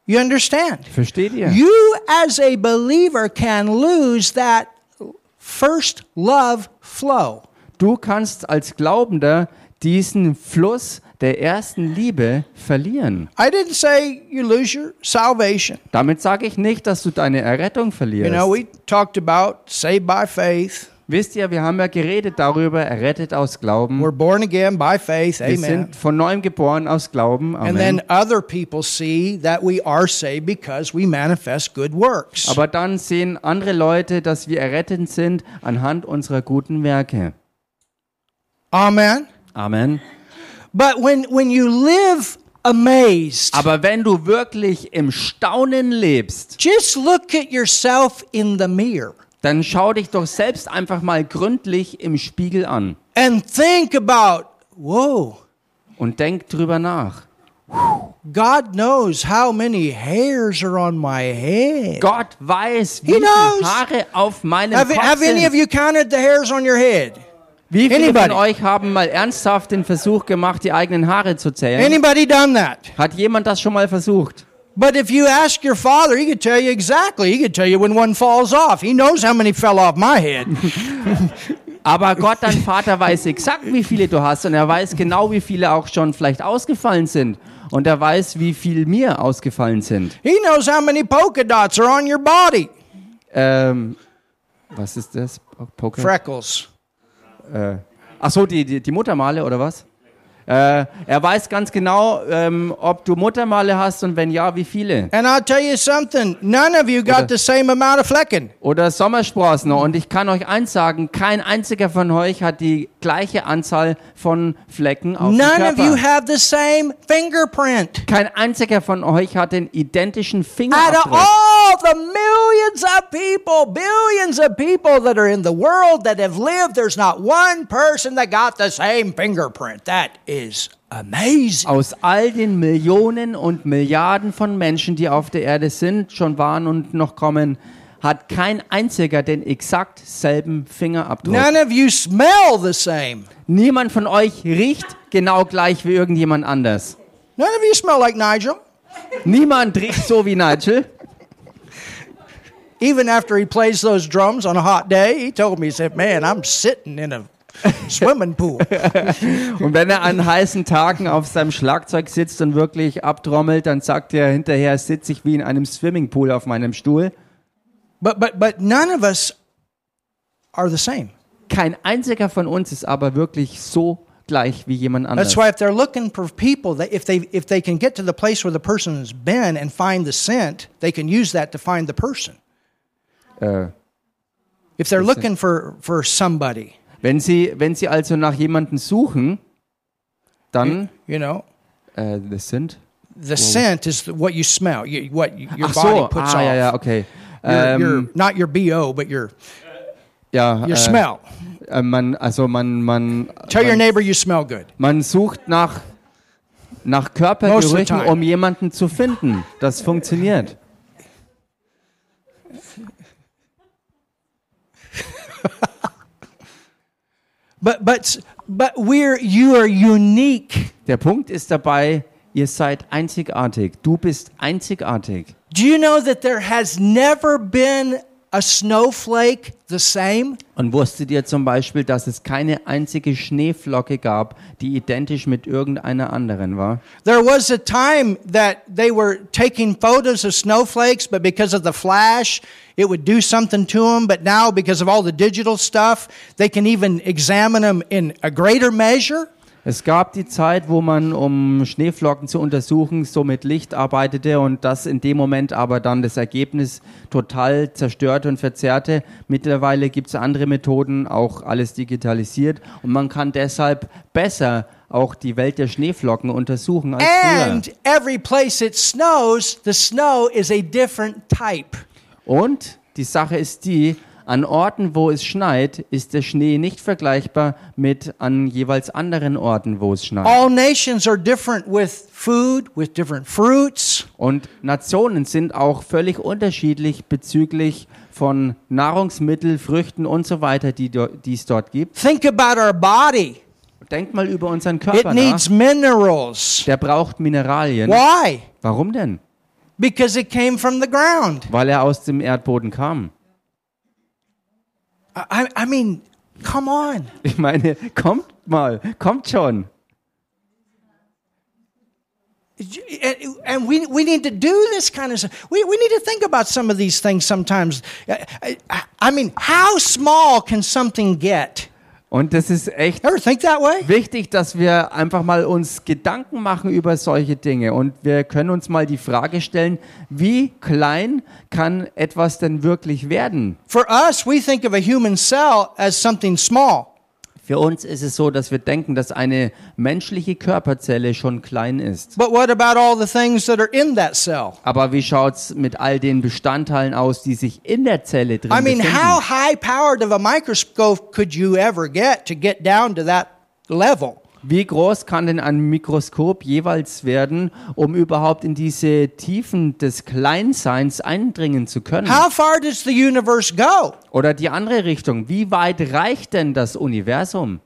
[SPEAKER 1] You understand?
[SPEAKER 2] Versteht ihr?
[SPEAKER 1] You, as a believer, can lose that first love flow.
[SPEAKER 2] Du kannst als Glaubender diesen Fluss der ersten Liebe verlieren.
[SPEAKER 1] I didn't say you lose your salvation.
[SPEAKER 2] Damit sage ich nicht, dass du deine Errettung
[SPEAKER 1] You know,
[SPEAKER 2] verlierst.
[SPEAKER 1] we talked about saved by faith.
[SPEAKER 2] Wisst ihr, wir haben ja geredet darüber, errettet aus Glauben.
[SPEAKER 1] We're born again by faith.
[SPEAKER 2] Wir
[SPEAKER 1] Amen.
[SPEAKER 2] sind von neuem geboren aus Glauben.
[SPEAKER 1] And
[SPEAKER 2] Amen.
[SPEAKER 1] then other people see that we are saved because we manifest good works.
[SPEAKER 2] Aber dann sehen andere Leute, dass wir errettet sind anhand unserer guten Werke.
[SPEAKER 1] Amen.
[SPEAKER 2] Amen.
[SPEAKER 1] But when, when you live amazed,
[SPEAKER 2] Aber wenn du wirklich im Staunen lebst,
[SPEAKER 1] just look at yourself in the mirror
[SPEAKER 2] dann schau dich doch selbst einfach mal gründlich im Spiegel an
[SPEAKER 1] and think about, whoa,
[SPEAKER 2] und denk drüber nach.
[SPEAKER 1] God knows how many hairs are on my head.
[SPEAKER 2] Gott weiß, wie
[SPEAKER 1] He
[SPEAKER 2] viele
[SPEAKER 1] knows.
[SPEAKER 2] Haare auf meinem
[SPEAKER 1] Have,
[SPEAKER 2] Kopf
[SPEAKER 1] have any of
[SPEAKER 2] sind.
[SPEAKER 1] you counted the hairs on your head?
[SPEAKER 2] Wie viele von
[SPEAKER 1] anybody?
[SPEAKER 2] euch haben mal ernsthaft den Versuch gemacht, die eigenen Haare zu zählen?
[SPEAKER 1] Anybody done that?
[SPEAKER 2] Hat jemand das schon mal versucht?
[SPEAKER 1] But if you ask your father, he could tell you exactly. He could tell you when one falls off. He knows how many fell off my head.
[SPEAKER 2] Aber Gott, dein Vater, weiß exakt, wie viele du hast und er weiß genau, wie viele auch schon vielleicht ausgefallen sind. Und er weiß, wie viel mir ausgefallen sind.
[SPEAKER 1] He knows how many polka dots are on your body.
[SPEAKER 2] Ähm, was ist das? Po- Poker?
[SPEAKER 1] Freckles.
[SPEAKER 2] Ach so, die, die, die Muttermale oder was? Äh, er weiß ganz genau, ähm, ob du Muttermale hast und wenn ja, wie viele.
[SPEAKER 1] And I'll tell you something, none of you got the same amount of flecking.
[SPEAKER 2] Oder Sommersprossen. Und ich kann euch eins sagen, kein einziger von euch hat die gleiche Anzahl von Flecken auf dem
[SPEAKER 1] None of you
[SPEAKER 2] Körper.
[SPEAKER 1] have the same fingerprint.
[SPEAKER 2] Kein einziger von euch hat den identischen
[SPEAKER 1] Out of
[SPEAKER 2] Fingerabdruck.
[SPEAKER 1] all the millions of people, billions of people that are in the world that have lived, there's not one person that got the same fingerprint. That is amazing.
[SPEAKER 2] aus all den Millionen und Milliarden von Menschen, die auf der Erde sind, schon waren und noch kommen, hat kein einziger den exakt selben Fingerabdruck.
[SPEAKER 1] None of you smell the same.
[SPEAKER 2] Niemand von euch riecht genau gleich wie irgendjemand anders.
[SPEAKER 1] None of you smell like Nigel,
[SPEAKER 2] Niemand riecht so wie Nigel.
[SPEAKER 1] even after he plays those drums on a hot day. He told me, he said, Man, I'm sitting in a swimming pool.
[SPEAKER 2] Und wenn er an heißen Tagen auf seinem Schlagzeug sitzt und wirklich abtrommelt, dann sagt er hinterher, sitze ich wie in einem Swimmingpool auf meinem Stuhl.
[SPEAKER 1] But but but none of us are the same.
[SPEAKER 2] Kein einziger von uns ist aber wirklich so gleich wie jemand
[SPEAKER 1] That's
[SPEAKER 2] anders.
[SPEAKER 1] why if they're looking for people, that if they if they can get to the place where the person has been and find the scent, they can use that to find the person.
[SPEAKER 2] Äh,
[SPEAKER 1] If they're looking for for somebody,
[SPEAKER 2] wenn, sie, wenn sie also nach jemandem suchen, dann
[SPEAKER 1] you know,
[SPEAKER 2] äh, das sind.
[SPEAKER 1] the scent is the, what you smell, you, what you- your
[SPEAKER 2] Ach
[SPEAKER 1] body
[SPEAKER 2] so,
[SPEAKER 1] puts
[SPEAKER 2] ah,
[SPEAKER 1] off.
[SPEAKER 2] ja, ja, okay.
[SPEAKER 1] Your,
[SPEAKER 2] Ähm,
[SPEAKER 1] your, not your bo, but your
[SPEAKER 2] ja,
[SPEAKER 1] your
[SPEAKER 2] äh,
[SPEAKER 1] smell.
[SPEAKER 2] Äh, man, also man, man,
[SPEAKER 1] Tell your
[SPEAKER 2] man,
[SPEAKER 1] neighbor you smell good.
[SPEAKER 2] man sucht nach, nach
[SPEAKER 1] Most of the
[SPEAKER 2] Körpergerüchen,
[SPEAKER 1] time.
[SPEAKER 2] um jemanden zu finden. Das funktioniert.
[SPEAKER 1] But but but we're you are unique.
[SPEAKER 2] Der Punkt ist dabei, ihr seid einzigartig. Du bist einzigartig.
[SPEAKER 1] Do you know that there has never been a snowflake the same?
[SPEAKER 2] Und wusstet ihr zum Beispiel, dass es keine einzige Schneeflocke gab, die identisch mit irgendeiner anderen war?
[SPEAKER 1] There was a time that they were taking photos of snowflakes, but because of the flash, it would do something to them. But now, because of all the digital stuff, they can even examine them in a greater measure.
[SPEAKER 2] Es gab die Zeit, wo man, um Schneeflocken zu untersuchen, so mit Licht arbeitete und das in dem Moment aber dann das Ergebnis total zerstörte und verzerrte. Mittlerweile gibt es andere Methoden, auch alles digitalisiert und man kann deshalb besser auch die Welt der Schneeflocken untersuchen als früher.
[SPEAKER 1] And every place it snows, the snow is a different type.
[SPEAKER 2] Und die Sache ist die, an Orten, wo es schneit, ist der Schnee nicht vergleichbar mit an jeweils anderen Orten, wo es schneit.
[SPEAKER 1] All nations are different with food, with different fruits.
[SPEAKER 2] Und Nationen sind auch völlig unterschiedlich bezüglich von Nahrungsmittel, Früchten und so weiter, die do- die es dort gibt.
[SPEAKER 1] Think about our body.
[SPEAKER 2] Denkt mal über unseren
[SPEAKER 1] It
[SPEAKER 2] Körper nach.
[SPEAKER 1] needs minerals.
[SPEAKER 2] Der braucht Mineralien.
[SPEAKER 1] Why?
[SPEAKER 2] Warum denn?
[SPEAKER 1] Because it came from the ground.
[SPEAKER 2] Weil er aus dem Erdboden kam.
[SPEAKER 1] I, I mean, come on.
[SPEAKER 2] Ich meine, kommt mal, kommt schon.
[SPEAKER 1] And- And we, we need to do this kind of stuff. We, we need to think about some of these things sometimes. I, I- I mean, how small can something get?
[SPEAKER 2] Und das ist echt
[SPEAKER 1] Ever think that way?
[SPEAKER 2] wichtig, dass wir einfach mal uns Gedanken machen über solche Dinge und wir können uns mal die Frage stellen, wie klein kann etwas denn wirklich werden?
[SPEAKER 1] For us, we think of a human cell as something small.
[SPEAKER 2] Für uns ist es so, dass wir denken, dass eine menschliche Körperzelle schon klein ist.
[SPEAKER 1] But what about all the things that are in that cell?
[SPEAKER 2] Aber wie schaut's mit all den Bestandteilen aus, die sich in der Zelle drin
[SPEAKER 1] I mean,
[SPEAKER 2] befinden?
[SPEAKER 1] how high powered of a microscope could you ever get to get down to that level?
[SPEAKER 2] Wie groß kann denn ein Mikroskop jeweils werden, um überhaupt in diese Tiefen des Kleinseins eindringen zu können?
[SPEAKER 1] How far does the universe go?
[SPEAKER 2] Oder die andere Richtung, wie weit reicht denn das Universum?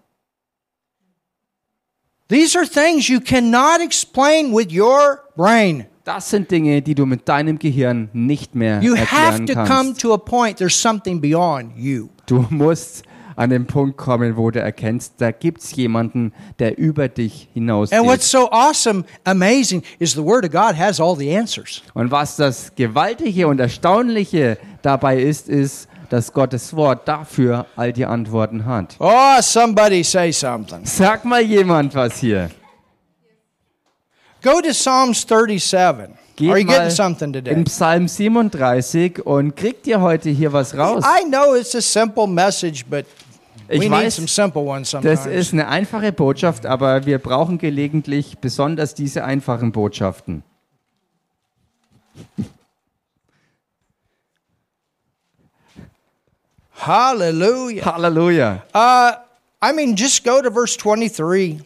[SPEAKER 1] These are things you cannot explain with your brain.
[SPEAKER 2] Das sind Dinge, die du mit deinem Gehirn nicht mehr
[SPEAKER 1] You have
[SPEAKER 2] erklären
[SPEAKER 1] to come
[SPEAKER 2] kannst.
[SPEAKER 1] to a point, there's something beyond you.
[SPEAKER 2] Du musst an den Punkt kommen, wo du erkennst, da gibt's jemanden, der über dich
[SPEAKER 1] And what's
[SPEAKER 2] hinausgeht.
[SPEAKER 1] so awesome, amazing, is the Word of God has all the answers.
[SPEAKER 2] Und was das Gewaltige und Erstaunliche dabei ist, ist, dass Gottes Wort dafür all die Antworten hat.
[SPEAKER 1] Oh, somebody say something.
[SPEAKER 2] Sag mal jemand was hier.
[SPEAKER 1] Go to Psalms 37.
[SPEAKER 2] Geht
[SPEAKER 1] are you
[SPEAKER 2] mal
[SPEAKER 1] getting something today?
[SPEAKER 2] in Psalm 37 und kriegt ihr heute hier was raus.
[SPEAKER 1] I know it's a simple message, but
[SPEAKER 2] Ich
[SPEAKER 1] we need
[SPEAKER 2] weiß,
[SPEAKER 1] some simple ones sometimes.
[SPEAKER 2] Das ist eine einfache Botschaft, aber wir brauchen gelegentlich besonders diese einfachen Botschaften.
[SPEAKER 1] Hallelujah.
[SPEAKER 2] Halleluja.
[SPEAKER 1] Uh, I mean, just go to verse 23.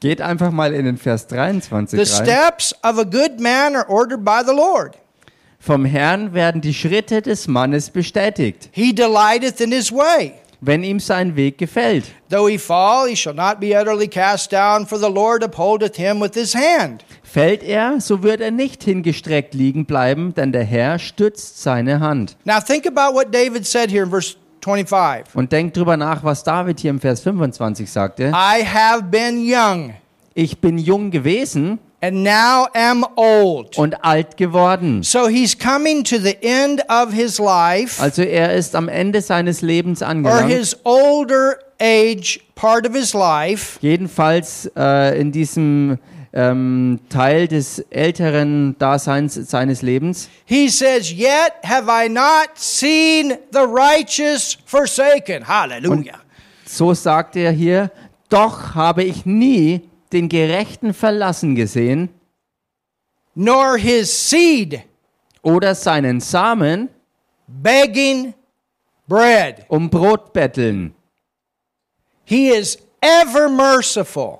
[SPEAKER 2] Geht einfach mal in den Vers
[SPEAKER 1] The
[SPEAKER 2] 23 rein.
[SPEAKER 1] steps of a good man are ordered by the Lord.
[SPEAKER 2] Vom Herrn werden die Schritte des Mannes bestätigt,
[SPEAKER 1] He delighteth in his way.
[SPEAKER 2] wenn ihm sein Weg gefällt.
[SPEAKER 1] Though he fall, he shall not be utterly cast down, for the Lord upholdeth him with his hand.
[SPEAKER 2] Fällt er, so wird er nicht hingestreckt liegen bleiben, denn der Herr stützt seine Hand.
[SPEAKER 1] Now think about what David said here in verse 25.
[SPEAKER 2] Und denkt drüber nach, was David hier im Vers 25 sagte.
[SPEAKER 1] I have been young
[SPEAKER 2] Ich bin jung gewesen
[SPEAKER 1] and now am old.
[SPEAKER 2] und alt geworden.
[SPEAKER 1] So he's coming to the end of his life
[SPEAKER 2] Also er ist am Ende seines Lebens
[SPEAKER 1] or
[SPEAKER 2] angelangt.
[SPEAKER 1] his older age part of his life,
[SPEAKER 2] Jedenfalls äh, in diesem ähm, Teil des älteren Daseins seines Lebens
[SPEAKER 1] he says, Yet have I not seen the righteous forsaken. Hallelujah.
[SPEAKER 2] So sagt er hier, doch habe ich nie den Gerechten verlassen gesehen
[SPEAKER 1] Nor his seed
[SPEAKER 2] oder seinen Samen
[SPEAKER 1] begging bread.
[SPEAKER 2] um Brot betteln.
[SPEAKER 1] He is ever merciful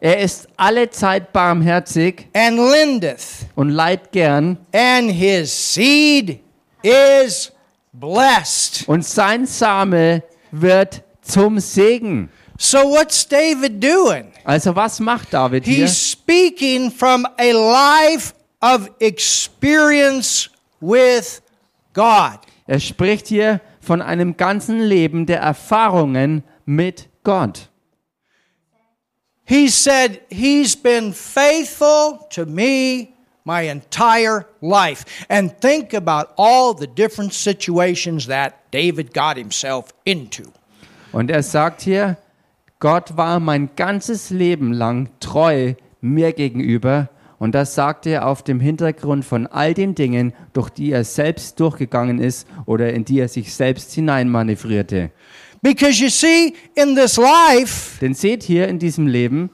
[SPEAKER 2] Er ist allezeit barmherzig
[SPEAKER 1] and lendeth,
[SPEAKER 2] und leid gern
[SPEAKER 1] and his seed is blessed.
[SPEAKER 2] und sein Same wird zum Segen.
[SPEAKER 1] So, what's David doing?
[SPEAKER 2] Also was macht David hier?
[SPEAKER 1] He's speaking from a life of experience with God.
[SPEAKER 2] Er spricht hier von einem ganzen Leben der Erfahrungen mit Gott.
[SPEAKER 1] He said, He's been faithful to me my entire life. And think about all the different situations that David got himself into.
[SPEAKER 2] Und er sagt hier, Gott war mein ganzes Leben lang treu mir gegenüber. Und das sagt er auf dem Hintergrund von all den Dingen, durch die er selbst durchgegangen ist oder in die er sich selbst hineinmanövrierte.
[SPEAKER 1] Because you see, in this life,
[SPEAKER 2] Denn seht hier, in diesem Leben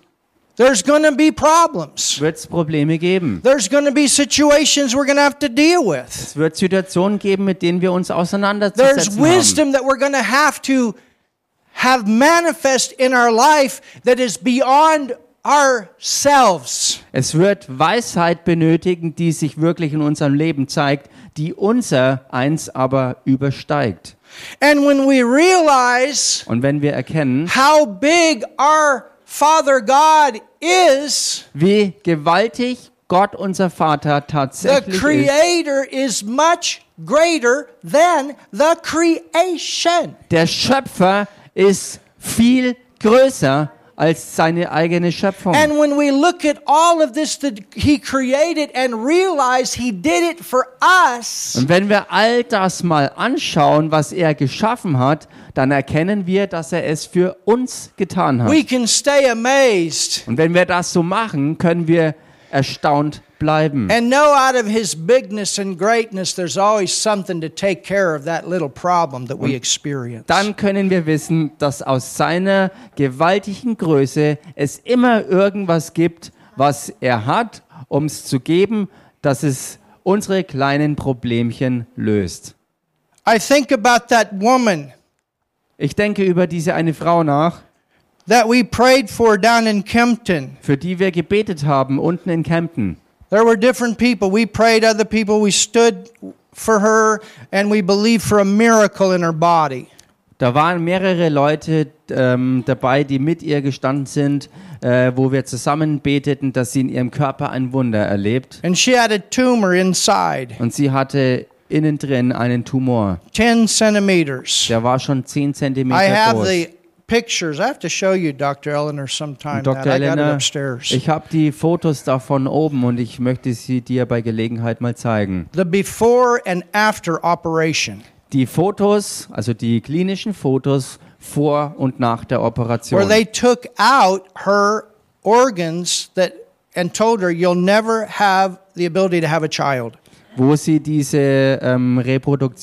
[SPEAKER 1] there's going to be problems.
[SPEAKER 2] wird es Probleme geben.
[SPEAKER 1] There's going to be situations we're going to have to deal with.
[SPEAKER 2] Es wird Situationen geben, mit denen wir uns
[SPEAKER 1] There's
[SPEAKER 2] auseinanderzusetzen haben.
[SPEAKER 1] wisdom that we're going to have to have manifest in our life that is beyond ourselves.
[SPEAKER 2] Es wird Weisheit benötigen, die sich wirklich in unserem Leben zeigt, die unser eins aber übersteigt.
[SPEAKER 1] And when we realize
[SPEAKER 2] Und wenn wir erkennen,
[SPEAKER 1] how big our Father God is,
[SPEAKER 2] wie gewaltig Gott unser Vater
[SPEAKER 1] the
[SPEAKER 2] tatsächlich ist.
[SPEAKER 1] Creator is much greater than the creation.
[SPEAKER 2] Der Schöpfer ist viel größer als seine eigene Schöpfung.
[SPEAKER 1] And when we look at all of this that He created and realize He did it for us,
[SPEAKER 2] Und wenn wir all das mal anschauen, was er geschaffen hat, dann erkennen wir, dass er es für uns getan hat.
[SPEAKER 1] we can stay amazed
[SPEAKER 2] Und wenn wir das so machen, können wir erstaunt bleiben.
[SPEAKER 1] and know out of His bigness and greatness, there's always something to take care of that little problem that we experience.
[SPEAKER 2] Dann können wir wissen, dass aus seiner gewaltigen Größe es immer irgendwas gibt, was er hat, um es zu geben, dass es unsere kleinen Problemchen löst.
[SPEAKER 1] I think about that woman
[SPEAKER 2] Ich denke über diese eine Frau nach,
[SPEAKER 1] that we prayed for down in Kempton.
[SPEAKER 2] für die wir gebetet haben, unten in Kempten.
[SPEAKER 1] There were different people. We prayed, other people. We stood for her, and we believed for a miracle in her body.
[SPEAKER 2] Da waren mehrere Leute ähm, dabei, die mit ihr gestanden sind, äh, wo wir zusammen beteten, dass sie in ihrem Körper ein Wunder erlebt.
[SPEAKER 1] And she had a tumor inside,
[SPEAKER 2] Und sie hatte innen drin einen Tumor.
[SPEAKER 1] 10 centimeters.
[SPEAKER 2] Der war schon 10
[SPEAKER 1] I
[SPEAKER 2] cm
[SPEAKER 1] have
[SPEAKER 2] groß.
[SPEAKER 1] the pictures. I have to show you, Dr. Eleanor, sometime.
[SPEAKER 2] Und
[SPEAKER 1] That.
[SPEAKER 2] Dr.
[SPEAKER 1] I got it
[SPEAKER 2] Elena,
[SPEAKER 1] upstairs.
[SPEAKER 2] ich habe die Fotos davon oben und ich möchte sie dir bei Gelegenheit mal zeigen.
[SPEAKER 1] The before and after operation,
[SPEAKER 2] Die Fotos, also die klinischen Fotos vor und nach der
[SPEAKER 1] where
[SPEAKER 2] Operation.
[SPEAKER 1] they took out her organs that and told her, "You'll never have the ability to have a child."
[SPEAKER 2] wo sie diese ähm,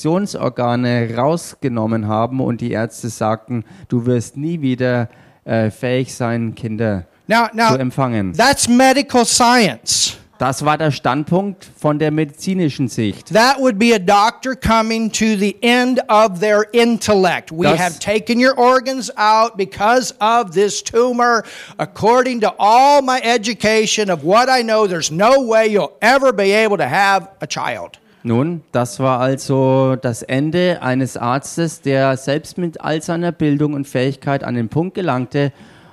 [SPEAKER 2] Reproduktionsorgane rausgenommen haben und die Ärzte sagten, du wirst nie wieder äh, fähig sein, Kinder
[SPEAKER 1] Now, now,
[SPEAKER 2] zu empfangen.
[SPEAKER 1] that's medical science.
[SPEAKER 2] Das war der Standpunkt von der medizinischen Sicht.
[SPEAKER 1] That would be a doctor coming to the end of their intellect. We
[SPEAKER 2] Das-
[SPEAKER 1] have taken your organs out because of this tumor. According to all my education of what I know, there's no way you'll ever be able to have a child.
[SPEAKER 2] Nun, das war also das Ende eines Arztes, der selbst mit all seiner Bildung und Fähigkeit an den Punkt gelangte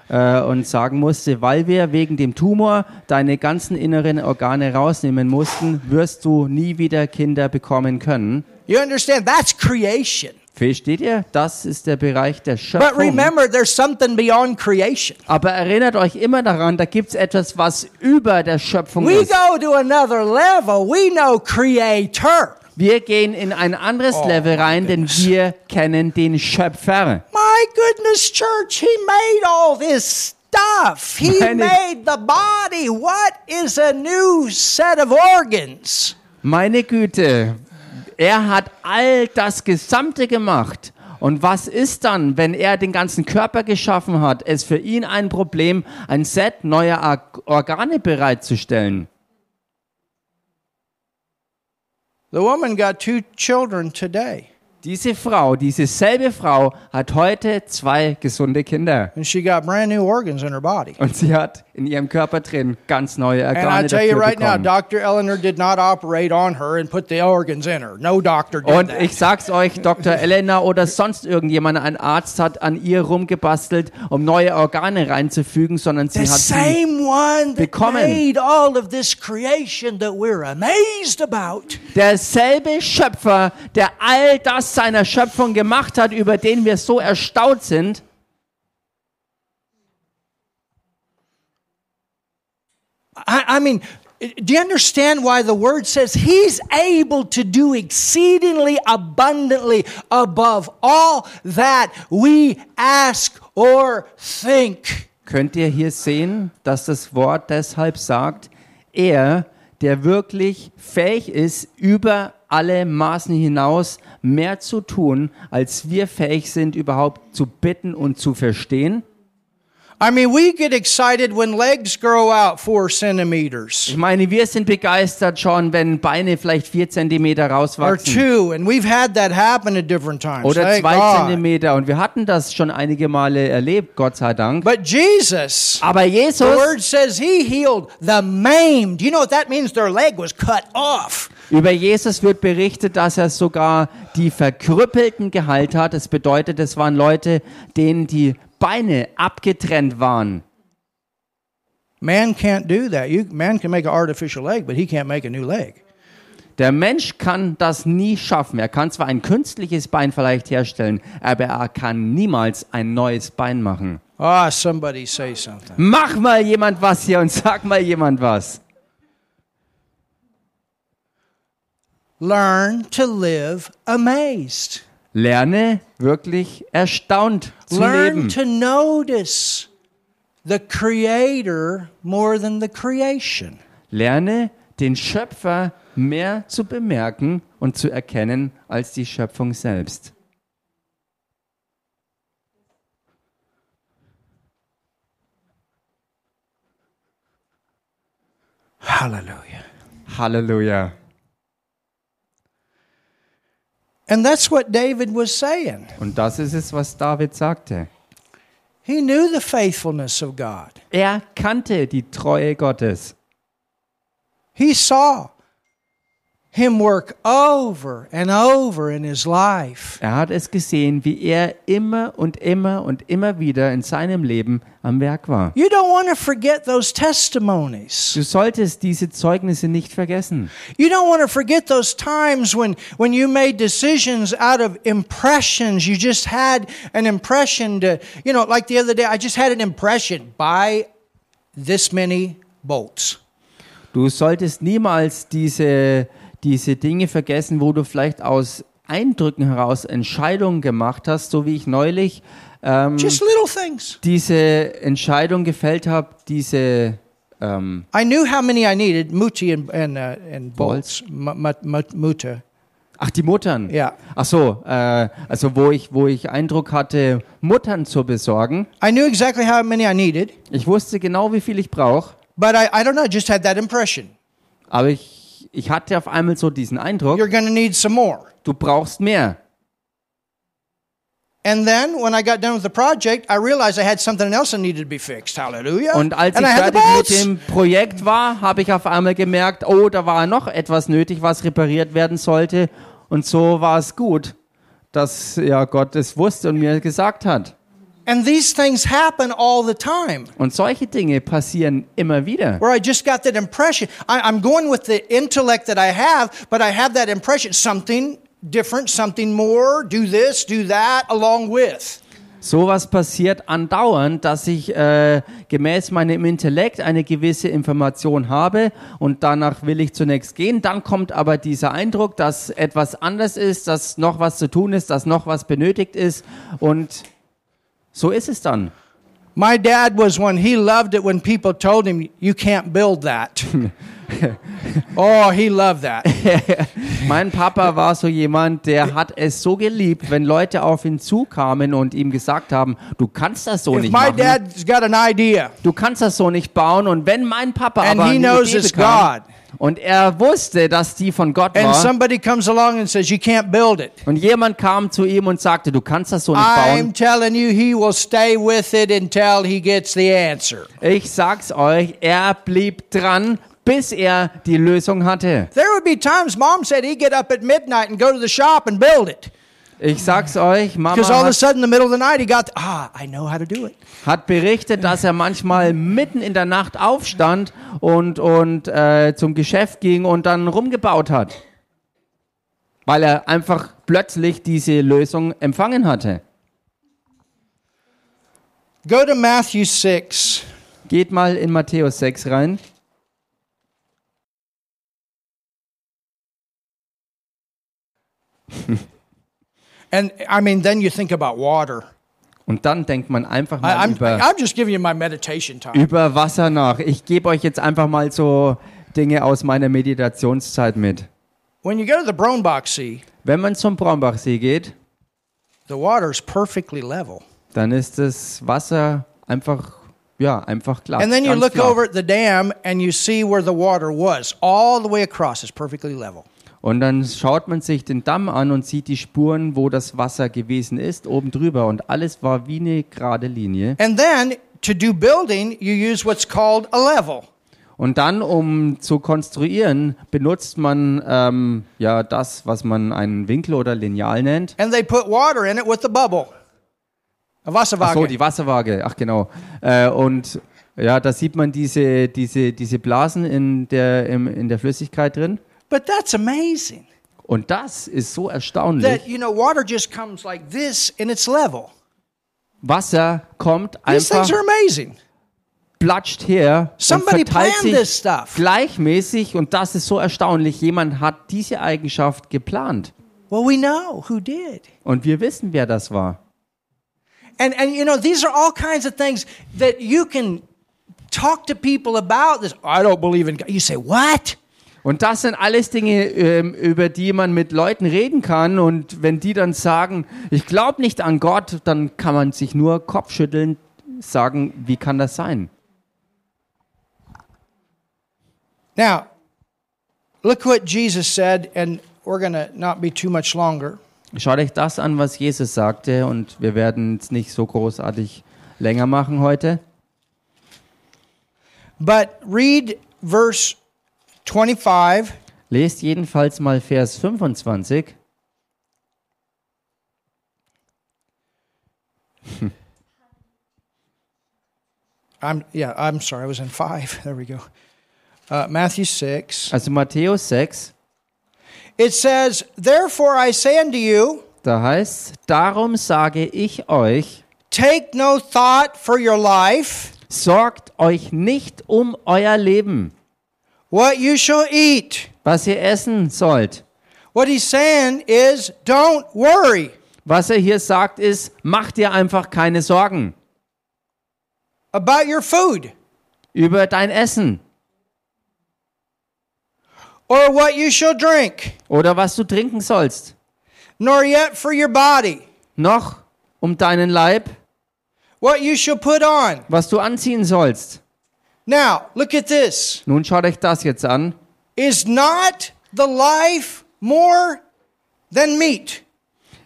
[SPEAKER 2] äh, und sagen musste, weil wir wegen dem Tumor deine ganzen inneren Organe rausnehmen mussten, wirst du nie wieder Kinder bekommen können.
[SPEAKER 1] You understand? That's creation.
[SPEAKER 2] Versteht ihr? Das ist der Bereich der
[SPEAKER 1] But
[SPEAKER 2] Schöpfung.
[SPEAKER 1] remember, there's something beyond creation.
[SPEAKER 2] Aber erinnert euch immer daran, da gibt es etwas, was über der Schöpfung
[SPEAKER 1] We
[SPEAKER 2] ist.
[SPEAKER 1] go to another level. We know creator.
[SPEAKER 2] Wir gehen in ein anderes
[SPEAKER 1] Oh,
[SPEAKER 2] Level rein, denn wir kennen den Schöpfer.
[SPEAKER 1] My goodness, church, he made all this stuff. He
[SPEAKER 2] Meine-
[SPEAKER 1] made the body. What is a new set of organs?
[SPEAKER 2] Meine Güte, er hat all das Gesamte gemacht. Und was ist dann, wenn er den ganzen Körper geschaffen hat, es für ihn ein Problem, ein Set neuer Ar- Organe bereitzustellen?
[SPEAKER 1] The woman got two children today,
[SPEAKER 2] Diese Frau, diese selbe Frau, hat heute zwei gesunde Kinder.
[SPEAKER 1] and she got brand new organs in her body.
[SPEAKER 2] Und sie hat in ihrem Körper drin ganz neue
[SPEAKER 1] And Oh, I
[SPEAKER 2] Organe
[SPEAKER 1] tell you
[SPEAKER 2] dafür
[SPEAKER 1] right now,
[SPEAKER 2] bekommen.
[SPEAKER 1] Dr. Eleanor did not operate on her and put the organs in her. No doctor did
[SPEAKER 2] Und
[SPEAKER 1] that.
[SPEAKER 2] ich sag's euch, Dr. Elena oder sonst irgendjemand, ein Arzt hat an ihr rumgebastelt, um neue Organe reinzufügen, sondern sie
[SPEAKER 1] The
[SPEAKER 2] hat sie
[SPEAKER 1] same one that
[SPEAKER 2] bekommen.
[SPEAKER 1] made all of this creation that we're amazed about.
[SPEAKER 2] derselbe Schöpfer, der all das seiner Schöpfung gemacht hat, über den wir so erstaunt sind,
[SPEAKER 1] I, I mean, do you understand why the word says he's able to do exceedingly abundantly above all that we ask or think?
[SPEAKER 2] könnt ihr hier sehen, dass das Wort deshalb sagt, er, der wirklich fähig ist, über alle Maßen hinaus mehr zu tun, als wir fähig sind, überhaupt zu bitten und zu verstehen.
[SPEAKER 1] I mean, we get excited when legs grow out four centimeters
[SPEAKER 2] Ich meine, wir sind begeistert schon, wenn Beine vielleicht vier Zentimeter
[SPEAKER 1] or
[SPEAKER 2] rauswachsen
[SPEAKER 1] two, and we've had that happen at different times.
[SPEAKER 2] oder
[SPEAKER 1] Thank
[SPEAKER 2] zwei
[SPEAKER 1] God.
[SPEAKER 2] Zentimeter. Und wir hatten das schon einige Male erlebt, Gott sei Dank.
[SPEAKER 1] But Jesus.
[SPEAKER 2] Aber
[SPEAKER 1] The
[SPEAKER 2] Jesus,
[SPEAKER 1] word says he healed the maimed. You know what that means? Their leg was cut off.
[SPEAKER 2] über Jesus wird berichtet, dass er sogar die Verkrüppelten geheilt hat. Das bedeutet, es waren Leute, denen die Beine abgetrennt waren.
[SPEAKER 1] Man can't do that. You, man can make an artificial leg, but he can't make a new leg.
[SPEAKER 2] Der Mensch kann das nie schaffen. Er kann zwar ein künstliches Bein vielleicht herstellen, aber er kann niemals ein neues Bein machen.
[SPEAKER 1] Ah, somebody say something.
[SPEAKER 2] Mach mal jemand was hier und sag mal jemand was.
[SPEAKER 1] Learn to live amazed.
[SPEAKER 2] Lerne wirklich erstaunt zu
[SPEAKER 1] Learn
[SPEAKER 2] leben.
[SPEAKER 1] to notice the creator more than the creation.
[SPEAKER 2] Lerne den Schöpfer mehr zu bemerken und zu erkennen als die Schöpfung selbst.
[SPEAKER 1] Hallelujah.
[SPEAKER 2] Halleluja.
[SPEAKER 1] And that's what David was saying.
[SPEAKER 2] Und das ist es, was David sagte.
[SPEAKER 1] He knew the faithfulness of God.
[SPEAKER 2] Er kannte die Treue Gottes.
[SPEAKER 1] He saw him work over and over in his life.
[SPEAKER 2] Er hat es gesehen, wie er immer und immer und immer wieder in seinem Leben am Werk war.
[SPEAKER 1] You don't want to forget those testimonies.
[SPEAKER 2] Du solltest diese Zeugnisse nicht vergessen.
[SPEAKER 1] You don't want to forget those times when, when you made decisions out of impressions. You just had an impression to, you know, like the other day, I just had an impression buy this many bolts.
[SPEAKER 2] Du solltest niemals diese, diese Dinge vergessen, wo du vielleicht aus Eindrücken heraus Entscheidungen gemacht hast, so wie ich neulich ähm,
[SPEAKER 1] Just little things.
[SPEAKER 2] diese Entscheidung gefällt habe, diese ähm,
[SPEAKER 1] I knew how many I needed, muti and, and, uh, and bolts, mu- mu- mu- muta.
[SPEAKER 2] Ach, die Muttern.
[SPEAKER 1] Ja.
[SPEAKER 2] Ach so, äh, also wo ich, wo ich Eindruck hatte, Muttern zu besorgen.
[SPEAKER 1] I knew exactly how many I needed.
[SPEAKER 2] Ich wusste genau, wie viel ich brauche,
[SPEAKER 1] But I, I don't know, I just had that impression.
[SPEAKER 2] aber ich, ich hatte auf einmal so diesen Eindruck,
[SPEAKER 1] You're going to need some more.
[SPEAKER 2] du brauchst mehr.
[SPEAKER 1] And then when I got done with the project, I realized I had something else that needed to be fixed. Hallelujah.
[SPEAKER 2] Und als
[SPEAKER 1] and
[SPEAKER 2] ich
[SPEAKER 1] I had the
[SPEAKER 2] fertig mit
[SPEAKER 1] bolts.
[SPEAKER 2] dem Projekt war, habe ich auf einmal gemerkt, oh, da war noch etwas nötig, was repariert werden sollte. Und so war es gut, dass ja Gott es wusste und mir gesagt hat.
[SPEAKER 1] And these things happen all the time
[SPEAKER 2] Und solche Dinge passieren immer wieder.
[SPEAKER 1] where I just got that impression. I, I'm going with the intellect that I have, but I have that impression something different, something more, do this, do that, along with.
[SPEAKER 2] Sowas passiert andauernd, dass ich äh, gemäß meinem Intellekt eine gewisse Information habe und danach will ich zunächst gehen. Dann kommt aber dieser Eindruck, dass etwas anders ist, dass noch was zu tun ist, dass noch was benötigt ist und so ist es dann.
[SPEAKER 1] My dad was one, he loved it when people told him, you can't build that. oh, he loved that.
[SPEAKER 2] Mein Papa war so jemand, der hat es so geliebt, wenn Leute auf ihn zukamen und ihm gesagt haben, du kannst das so
[SPEAKER 1] If
[SPEAKER 2] nicht
[SPEAKER 1] my
[SPEAKER 2] machen.
[SPEAKER 1] dad's got an idea,
[SPEAKER 2] Du kannst das so nicht bauen. Und wenn mein Papa
[SPEAKER 1] And
[SPEAKER 2] aber
[SPEAKER 1] he
[SPEAKER 2] an die
[SPEAKER 1] knows
[SPEAKER 2] Idee
[SPEAKER 1] it's
[SPEAKER 2] bekam,
[SPEAKER 1] God.
[SPEAKER 2] und er wusste, dass die von Gott
[SPEAKER 1] and
[SPEAKER 2] war,
[SPEAKER 1] somebody comes along and says, you can't build it.
[SPEAKER 2] und jemand kam zu ihm und sagte, du kannst das so nicht
[SPEAKER 1] I'm
[SPEAKER 2] bauen.
[SPEAKER 1] telling you, he will stay with it until he gets the answer.
[SPEAKER 2] Ich sag's euch, er blieb dran, bis er die Lösung hatte.
[SPEAKER 1] There would be times mom said he'd get up at midnight and go to the shop and build it.
[SPEAKER 2] Ich sag's euch, Mama
[SPEAKER 1] Because all of a
[SPEAKER 2] hat,
[SPEAKER 1] sudden, in the middle of the night, he got, ah, I know how to do it.
[SPEAKER 2] hat berichtet, dass er manchmal mitten in der Nacht aufstand und, und äh, zum Geschäft ging und dann rumgebaut hat. Weil er einfach plötzlich diese Lösung empfangen hatte.
[SPEAKER 1] Go to Matthew 6.
[SPEAKER 2] Geht mal in Matthäus 6 rein.
[SPEAKER 1] And I mean, then you think about water.
[SPEAKER 2] Und dann denkt man einfach mal
[SPEAKER 1] I, I'm,
[SPEAKER 2] über,
[SPEAKER 1] I'm just giving you my meditation time.
[SPEAKER 2] über Wasser nach. Ich gebe euch jetzt einfach mal so Dinge aus meiner Meditationszeit mit.
[SPEAKER 1] When you go to the Bronbach Sea,
[SPEAKER 2] Wenn man zum Braumbachsee geht,
[SPEAKER 1] the water's perfectly level.
[SPEAKER 2] dann ist das Wasser einfach, ja, einfach klar.
[SPEAKER 1] And then you
[SPEAKER 2] ganz
[SPEAKER 1] look
[SPEAKER 2] klar.
[SPEAKER 1] over at the dam and you see where the water was. All the way across is perfectly level.
[SPEAKER 2] Und dann schaut man sich den Damm an und sieht die Spuren, wo das Wasser gewesen ist, oben drüber. Und alles war wie eine gerade Linie.
[SPEAKER 1] And then to do building, you use what's called a level.
[SPEAKER 2] Und dann, um zu konstruieren, benutzt man ähm, ja das, was man einen Winkel oder Lineal nennt.
[SPEAKER 1] And they put water in it with a bubble. A
[SPEAKER 2] Ach so,
[SPEAKER 1] Wasserwaage.
[SPEAKER 2] die Wasserwaage, ach genau. Äh, und ja, da sieht man diese, diese, diese Blasen in der, im, in der Flüssigkeit drin.
[SPEAKER 1] But that's amazing.
[SPEAKER 2] Und das ist so erstaunlich.
[SPEAKER 1] That, you know, water just comes like this and it's level.
[SPEAKER 2] Wasser kommt
[SPEAKER 1] These
[SPEAKER 2] einfach,
[SPEAKER 1] things are amazing.
[SPEAKER 2] platscht her und
[SPEAKER 1] Somebody
[SPEAKER 2] verteilt
[SPEAKER 1] planned this
[SPEAKER 2] sich
[SPEAKER 1] stuff.
[SPEAKER 2] gleichmäßig. Und das ist so erstaunlich. Jemand hat diese Eigenschaft geplant.
[SPEAKER 1] Well, we know who did.
[SPEAKER 2] Und wir wissen, wer das war.
[SPEAKER 1] And and you know, these are all kinds of things that you can talk to people about this. I don't believe in God. You say, "What?"
[SPEAKER 2] Und das sind alles Dinge, ähm, über die man mit Leuten reden kann. Und wenn die dann sagen, ich glaube nicht an Gott, dann kann man sich nur kopfschütteln, sagen, wie kann das sein?
[SPEAKER 1] Now, look what Jesus said and we're going to not be too much longer.
[SPEAKER 2] Schaut euch das an, was Jesus sagte. Und wir werden es nicht so großartig länger machen heute.
[SPEAKER 1] But read verse 25
[SPEAKER 2] Lest jedenfalls mal Vers 25.
[SPEAKER 1] I'm yeah, I'm sorry. I was in five. There we go. Uh, Matthew six.
[SPEAKER 2] Also Matthäus 6,
[SPEAKER 1] It says, "Therefore I say unto you,
[SPEAKER 2] da heißt, darum sage ich euch,
[SPEAKER 1] take no thought for your life,
[SPEAKER 2] sorgt euch nicht um euer Leben,
[SPEAKER 1] what you shall eat."
[SPEAKER 2] was ihr essen sollt.
[SPEAKER 1] What he's saying is, don't worry
[SPEAKER 2] Was er hier sagt ist, mach dir einfach keine Sorgen
[SPEAKER 1] about your food
[SPEAKER 2] über dein Essen
[SPEAKER 1] or what you shall drink,
[SPEAKER 2] oder was du trinken sollst,
[SPEAKER 1] nor yet for your body,
[SPEAKER 2] noch um deinen Leib,
[SPEAKER 1] what you shall put on.
[SPEAKER 2] was du anziehen sollst.
[SPEAKER 1] Now, look at this.
[SPEAKER 2] Nun schaut euch das jetzt an.
[SPEAKER 1] Is not the life more than meat,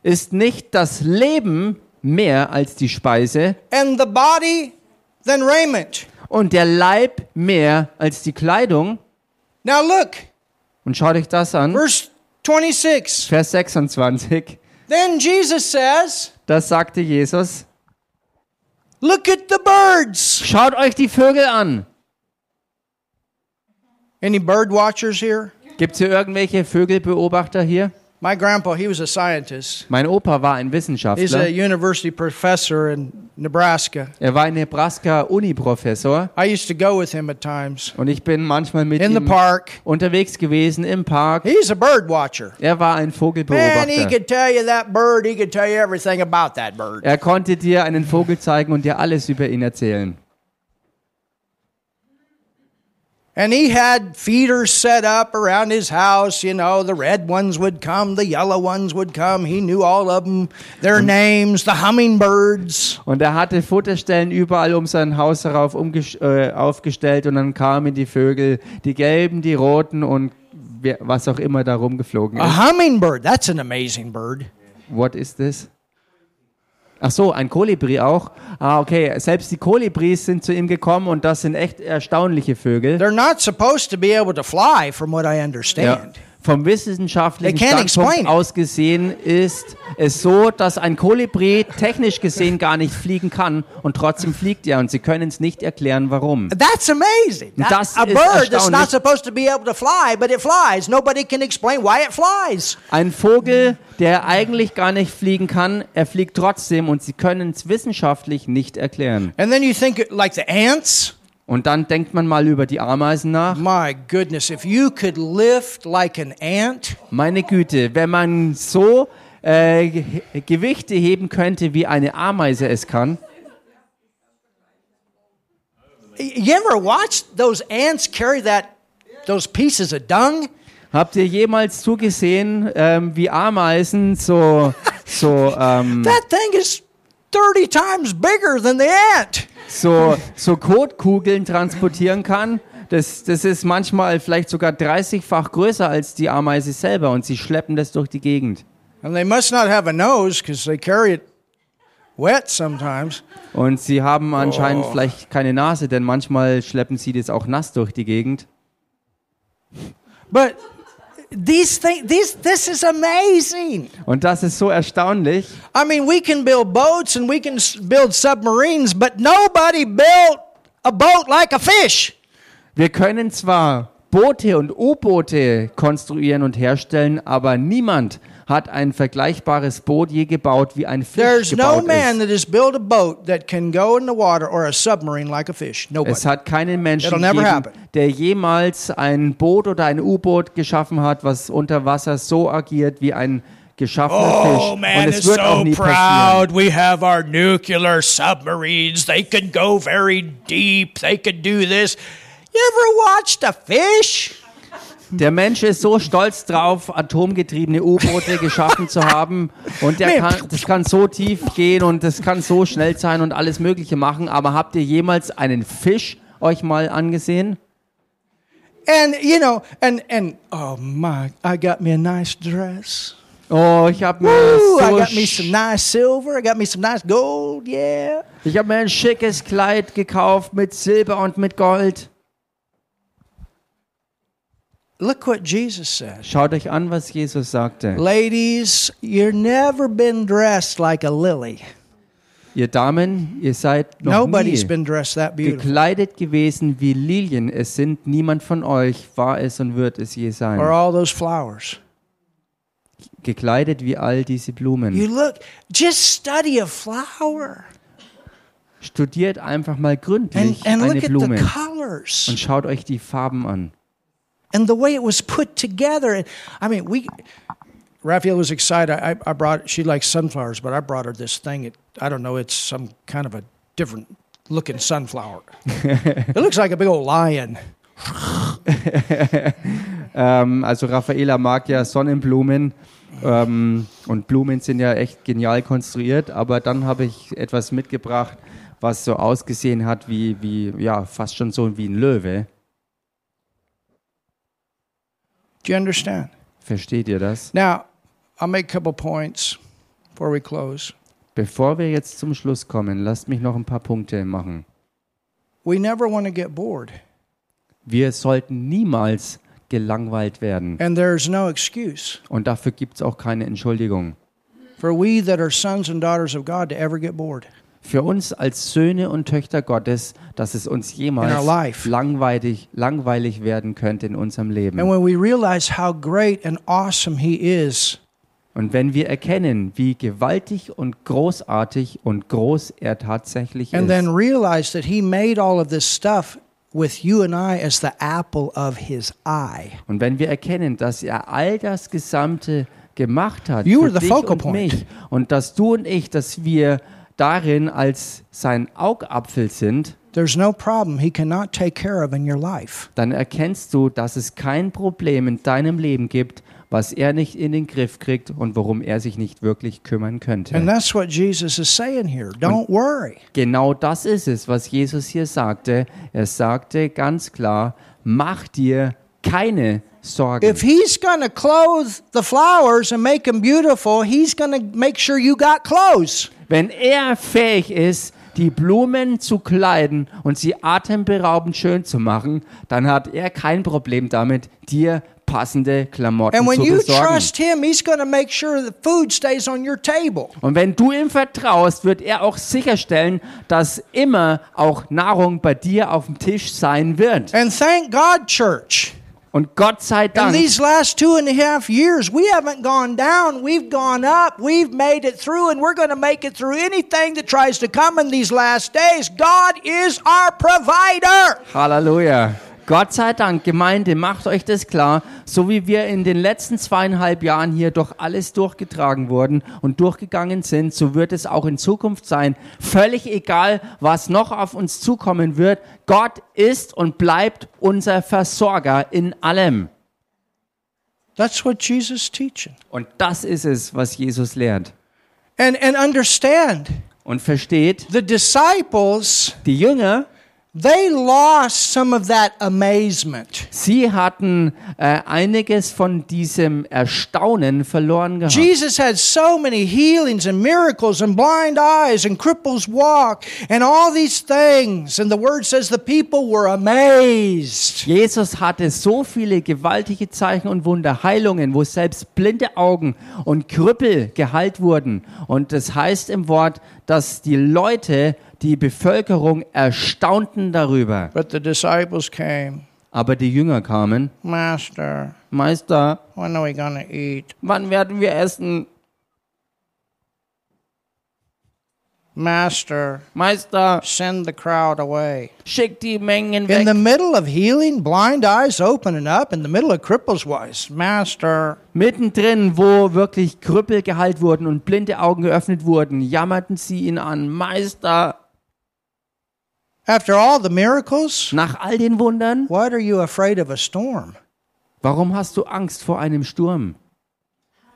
[SPEAKER 2] Ist nicht das Leben mehr als die Speise
[SPEAKER 1] and the body than raiment?
[SPEAKER 2] und der Leib mehr als die Kleidung?
[SPEAKER 1] Now, look,
[SPEAKER 2] Und schaut euch das an.
[SPEAKER 1] verse 26.
[SPEAKER 2] Vers 26.
[SPEAKER 1] Then Jesus says,
[SPEAKER 2] Das sagte Jesus.
[SPEAKER 1] Look at the birds.
[SPEAKER 2] Schaut euch die Vögel an.
[SPEAKER 1] Any bird watchers here?
[SPEAKER 2] Gibt es hier irgendwelche Vögelbeobachter hier?
[SPEAKER 1] My grandpa, he was a scientist.
[SPEAKER 2] Mein Opa war ein
[SPEAKER 1] He's a
[SPEAKER 2] Wissenschaftler.
[SPEAKER 1] university professor in Nebraska.
[SPEAKER 2] Er war ein Nebraska-Uni-Professor
[SPEAKER 1] I used to go with him at times
[SPEAKER 2] und ich bin manchmal mit
[SPEAKER 1] in the
[SPEAKER 2] ihm
[SPEAKER 1] park.
[SPEAKER 2] unterwegs gewesen im Park.
[SPEAKER 1] He's a bird watcher.
[SPEAKER 2] Er war ein
[SPEAKER 1] Man, he
[SPEAKER 2] Vogelbeobachter.
[SPEAKER 1] could tell you that bird. He could tell you everything about that bird.
[SPEAKER 2] Er konnte dir einen Vogel zeigen und dir alles über ihn erzählen.
[SPEAKER 1] And he had feeders set up around his house. You know, the red ones would come, the yellow ones would come. He knew all of them, their names, the hummingbirds.
[SPEAKER 2] Und er hatte Futterstellen überall um sein Haus herauf umgesch- äh, aufgestellt und dann kamen die Vögel, die gelben, die roten und wer, was auch immer da rumgeflogen
[SPEAKER 1] A
[SPEAKER 2] ist.
[SPEAKER 1] hummingbird, that's an amazing bird.
[SPEAKER 2] What is this? Ach so, ein Kolibri auch. Ah, okay. Selbst die Kolibris sind zu ihm gekommen und das sind echt erstaunliche Vögel.
[SPEAKER 1] They're not supposed to be able to fly, from what I
[SPEAKER 2] Ja.
[SPEAKER 1] understand.
[SPEAKER 2] Vom wissenschaftlichen
[SPEAKER 1] They can't explain
[SPEAKER 2] Standpunkt
[SPEAKER 1] it.
[SPEAKER 2] aus gesehen ist es so, dass ein Kolibri technisch gesehen gar nicht fliegen kann und trotzdem fliegt er und sie können es nicht erklären, warum.
[SPEAKER 1] That's amazing.
[SPEAKER 2] Das
[SPEAKER 1] a
[SPEAKER 2] ist
[SPEAKER 1] bird that's
[SPEAKER 2] erstaunlich.
[SPEAKER 1] not supposed to be able to fly, but it flies. Nobody can explain why it flies.
[SPEAKER 2] Ein Vogel, der eigentlich gar nicht fliegen kann, er fliegt trotzdem und sie können es wissenschaftlich nicht erklären.
[SPEAKER 1] And then you think, like the ants.
[SPEAKER 2] Und dann denkt man mal über die Ameisen nach.
[SPEAKER 1] My goodness, if you could lift like an ant.
[SPEAKER 2] Meine Güte, wenn man so äh, Ge- Gewichte heben könnte, wie eine Ameise es kann.
[SPEAKER 1] You ever watched those ants carry that those pieces of dung?
[SPEAKER 2] Habt ihr jemals zugesehen, ähm, wie Ameisen so, so, ähm,
[SPEAKER 1] That thing is 30 times bigger than the ant.
[SPEAKER 2] so, so Kotkugeln transportieren kann? Das, das ist manchmal vielleicht sogar 30-fach größer als die Ameise selber und sie schleppen das durch die Gegend.
[SPEAKER 1] And they must not have a nose because they carry it wet sometimes.
[SPEAKER 2] Und sie haben anscheinend vielleicht keine Nase, denn manchmal schleppen sie das auch nass durch die Gegend.
[SPEAKER 1] But these things, these, this is amazing.
[SPEAKER 2] Und das ist so erstaunlich.
[SPEAKER 1] I mean, we can build boats and we can s- build submarines, but nobody built a boat like a fish.
[SPEAKER 2] Wir können zwar Boote und U-Boote konstruieren und herstellen, aber niemand hat ein vergleichbares Boot je gebaut, wie ein Fisch
[SPEAKER 1] There's no
[SPEAKER 2] gebaut
[SPEAKER 1] man
[SPEAKER 2] ist.
[SPEAKER 1] that has built a boat that can go in the water or a submarine like a fish. Nobody.
[SPEAKER 2] Es hat keinen Menschen
[SPEAKER 1] It'll never
[SPEAKER 2] gegeben,
[SPEAKER 1] happen.
[SPEAKER 2] der jemals ein Boot oder ein U-Boot geschaffen hat, was unter Wasser so agiert wie ein geschaffener
[SPEAKER 1] Oh
[SPEAKER 2] Fisch.
[SPEAKER 1] man
[SPEAKER 2] und es
[SPEAKER 1] is
[SPEAKER 2] wird auch
[SPEAKER 1] so
[SPEAKER 2] nie passieren.
[SPEAKER 1] proud. We have our nuclear submarines. They can go very deep. They can do this. You ever watched a fish?
[SPEAKER 2] Der Mensch ist so stolz drauf, atomgetriebene U-Boote geschaffen zu haben. Und der kann, das kann so tief gehen und das kann so schnell sein und alles Mögliche machen. Aber habt ihr jemals einen Fisch euch mal angesehen?
[SPEAKER 1] And you know, and and oh my, I got me a nice dress.
[SPEAKER 2] Oh, ich habe mir,
[SPEAKER 1] Ooh, I
[SPEAKER 2] so
[SPEAKER 1] got me some
[SPEAKER 2] sch-
[SPEAKER 1] nice silver. I got me some nice gold. Yeah.
[SPEAKER 2] ich hab mir ein schickes Kleid gekauft mit Silber und mit Gold.
[SPEAKER 1] Look what Jesus says.
[SPEAKER 2] Schaut euch an, was Jesus sagte.
[SPEAKER 1] Ladies, you've never been dressed like a lily.
[SPEAKER 2] Ihr Damen, ihr seid noch
[SPEAKER 1] Nobody's
[SPEAKER 2] nie
[SPEAKER 1] been dressed that beautiful.
[SPEAKER 2] gekleidet gewesen wie Lilien. Es sind niemand von euch, war es und wird es je sein.
[SPEAKER 1] Or all those flowers.
[SPEAKER 2] gekleidet wie all diese
[SPEAKER 1] You
[SPEAKER 2] Blumen.
[SPEAKER 1] look, just study a flower
[SPEAKER 2] Studiert einfach mal
[SPEAKER 1] and,
[SPEAKER 2] gründlich
[SPEAKER 1] and
[SPEAKER 2] eine
[SPEAKER 1] look at the
[SPEAKER 2] Blume und
[SPEAKER 1] colors
[SPEAKER 2] schaut euch die Farben an.
[SPEAKER 1] and the way it was put together. I mean, we, Raphael was excited. I, I brought, she likes sunflowers, but I brought her this thing. It, I don't know, it's some kind of a different looking sunflower. it looks like a big old lion.
[SPEAKER 2] Ähm, also Raffaela mag ja Sonnenblumen ähm, und Blumen sind ja echt genial konstruiert, aber dann habe ich etwas mitgebracht, was so ausgesehen hat wie, wie ja, fast schon so wie ein Löwe.
[SPEAKER 1] Do you understand?
[SPEAKER 2] Versteht ihr das?
[SPEAKER 1] Now, I'll make a couple points before we close.
[SPEAKER 2] Bevor wir jetzt zum Schluss kommen, lasst mich noch ein paar Punkte machen.
[SPEAKER 1] We never want to get bored,
[SPEAKER 2] Wir sollten niemals gelangweilt werden
[SPEAKER 1] and there's no excuse
[SPEAKER 2] und dafür gibt es auch keine Entschuldigung.
[SPEAKER 1] for we that are sons and daughters of God to ever get bored.
[SPEAKER 2] für uns als Söhne und Töchter Gottes, dass es
[SPEAKER 1] In
[SPEAKER 2] uns
[SPEAKER 1] our
[SPEAKER 2] jemals
[SPEAKER 1] life.
[SPEAKER 2] langweilig, langweilig werden könnte in unserem
[SPEAKER 1] And
[SPEAKER 2] Leben.
[SPEAKER 1] when we realize how great and awesome He is,
[SPEAKER 2] Und wenn wir erkennen, wie gewaltig und großartig und groß er tatsächlich
[SPEAKER 1] and
[SPEAKER 2] ist,
[SPEAKER 1] then realize that He made all of this stuff with you and I as the apple of His eye.
[SPEAKER 2] Und wenn wir erkennen, dass er all das Gesamte gemacht hat,
[SPEAKER 1] You
[SPEAKER 2] für
[SPEAKER 1] are the
[SPEAKER 2] dich
[SPEAKER 1] focal
[SPEAKER 2] und
[SPEAKER 1] point.
[SPEAKER 2] mich, und dass du und ich, dass wir darin als sein Augapfel sind,
[SPEAKER 1] There's no problem He cannot take care of in your life.
[SPEAKER 2] dann erkennst du, dass es kein Problem in deinem Leben gibt, was er nicht in den Griff kriegt und worum er sich nicht wirklich kümmern
[SPEAKER 1] And
[SPEAKER 2] könnte.
[SPEAKER 1] that's what Jesus is saying here. Don't worry.
[SPEAKER 2] Genau das ist es, was Jesus hier sagte. Er sagte ganz klar, mach dir keine Sorgen.
[SPEAKER 1] If He's going to clothe the flowers and make them beautiful, He's going to make sure you got clothes.
[SPEAKER 2] Wenn er fähig ist, die Blumen zu kleiden und sie atemberaubend schön zu machen, dann hat er kein Problem damit, dir passende Klamotten
[SPEAKER 1] And when
[SPEAKER 2] zu
[SPEAKER 1] you
[SPEAKER 2] besorgen.
[SPEAKER 1] trust Him, He's going to make sure the food stays on your table.
[SPEAKER 2] Und wenn du ihm vertraust, wird er auch sicherstellen, dass immer auch Nahrung bei dir auf dem Tisch sein wird.
[SPEAKER 1] And thank God, church.
[SPEAKER 2] Und Gott sei
[SPEAKER 1] In
[SPEAKER 2] Dank,
[SPEAKER 1] these last two and a half years, we haven't gone down. We've gone up. We've made it through, and we're going to make it through anything that tries to come in these last days. God is our provider.
[SPEAKER 2] Halleluja. Gott sei Dank, Gemeinde, macht euch das klar, so wie wir in den letzten zweieinhalb Jahren hier durch alles durchgetragen wurden und durchgegangen sind, so wird es auch in Zukunft sein. Völlig egal, was noch auf uns zukommen wird, Gott ist und bleibt unser Versorger in allem.
[SPEAKER 1] That's what Jesus is teaching.
[SPEAKER 2] Und das ist es, was Jesus lehrt.
[SPEAKER 1] And, and understand
[SPEAKER 2] Und versteht,
[SPEAKER 1] the disciples,
[SPEAKER 2] die Jünger,
[SPEAKER 1] they lost some of that amazement.
[SPEAKER 2] sie hatten äh, einiges von diesem Erstaunen verloren gehabt.
[SPEAKER 1] Jesus had so many healings and miracles and blind eyes and cripples walk and all these things. And the word says the people were amazed.
[SPEAKER 2] Jesus hatte so viele gewaltige Zeichen und Wunder, Heilungen, wo selbst blinde Augen und Krüppel geheilt wurden. Und das heißt im Wort, dass die Leute, die Bevölkerung erstaunten darüber.
[SPEAKER 1] But the disciples came,
[SPEAKER 2] Aber die Jünger kamen,
[SPEAKER 1] Master,
[SPEAKER 2] Meister,
[SPEAKER 1] when are we going to eat?
[SPEAKER 2] wann werden wir essen?
[SPEAKER 1] Master,
[SPEAKER 2] Meister,
[SPEAKER 1] send the crowd away.
[SPEAKER 2] schick die Mengen
[SPEAKER 1] In the
[SPEAKER 2] weg.
[SPEAKER 1] middle of healing, blind eyes opening up, in the middle of cripples was, Master,
[SPEAKER 2] Mittendrin, wo wirklich Krüppel geheilt wurden und blinde Augen geöffnet wurden, jammerten sie ihn an, Meister.
[SPEAKER 1] after all the miracles,
[SPEAKER 2] Nach all den Wundern
[SPEAKER 1] what are you afraid of a storm?
[SPEAKER 2] Warum hast du Angst vor einem Sturm?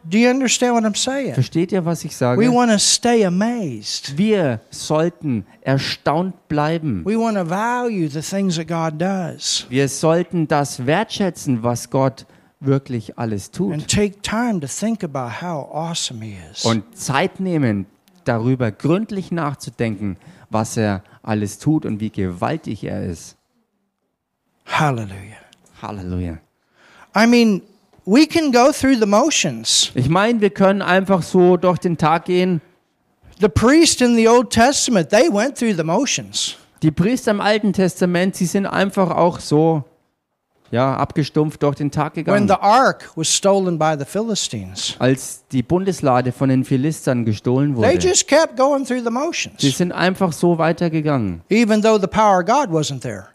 [SPEAKER 1] Do you understand what I'm saying?
[SPEAKER 2] Versteht ihr, was ich
[SPEAKER 1] We
[SPEAKER 2] sage?
[SPEAKER 1] want to stay amazed.
[SPEAKER 2] Wir sollten erstaunt bleiben.
[SPEAKER 1] We want to value the things that God does
[SPEAKER 2] Wir sollten das wertschätzen, was Gott wirklich alles
[SPEAKER 1] and
[SPEAKER 2] tut.
[SPEAKER 1] take time to think about how awesome He is.
[SPEAKER 2] Und Zeit nehmen, darüber gründlich nachzudenken, was er alles tut und wie gewaltig er ist.
[SPEAKER 1] Hallelujah.
[SPEAKER 2] Halleluja.
[SPEAKER 1] I mean, we can go through the motions.
[SPEAKER 2] Ich meine, wir können einfach so durch den Tag gehen.
[SPEAKER 1] The priests in the Old Testament, they went through the motions.
[SPEAKER 2] Die Priester im Alten Testament, sie sind einfach auch so, ja, abgestumpft durch den Tag
[SPEAKER 1] When
[SPEAKER 2] gegangen.
[SPEAKER 1] the ark was stolen by the Philistines,
[SPEAKER 2] als die Bundeslade von den Philistern gestohlen
[SPEAKER 1] they
[SPEAKER 2] wurde.
[SPEAKER 1] just kept going through the
[SPEAKER 2] Sie
[SPEAKER 1] motions,
[SPEAKER 2] sind einfach so weitergegangen,
[SPEAKER 1] even though the power of God wasn't there.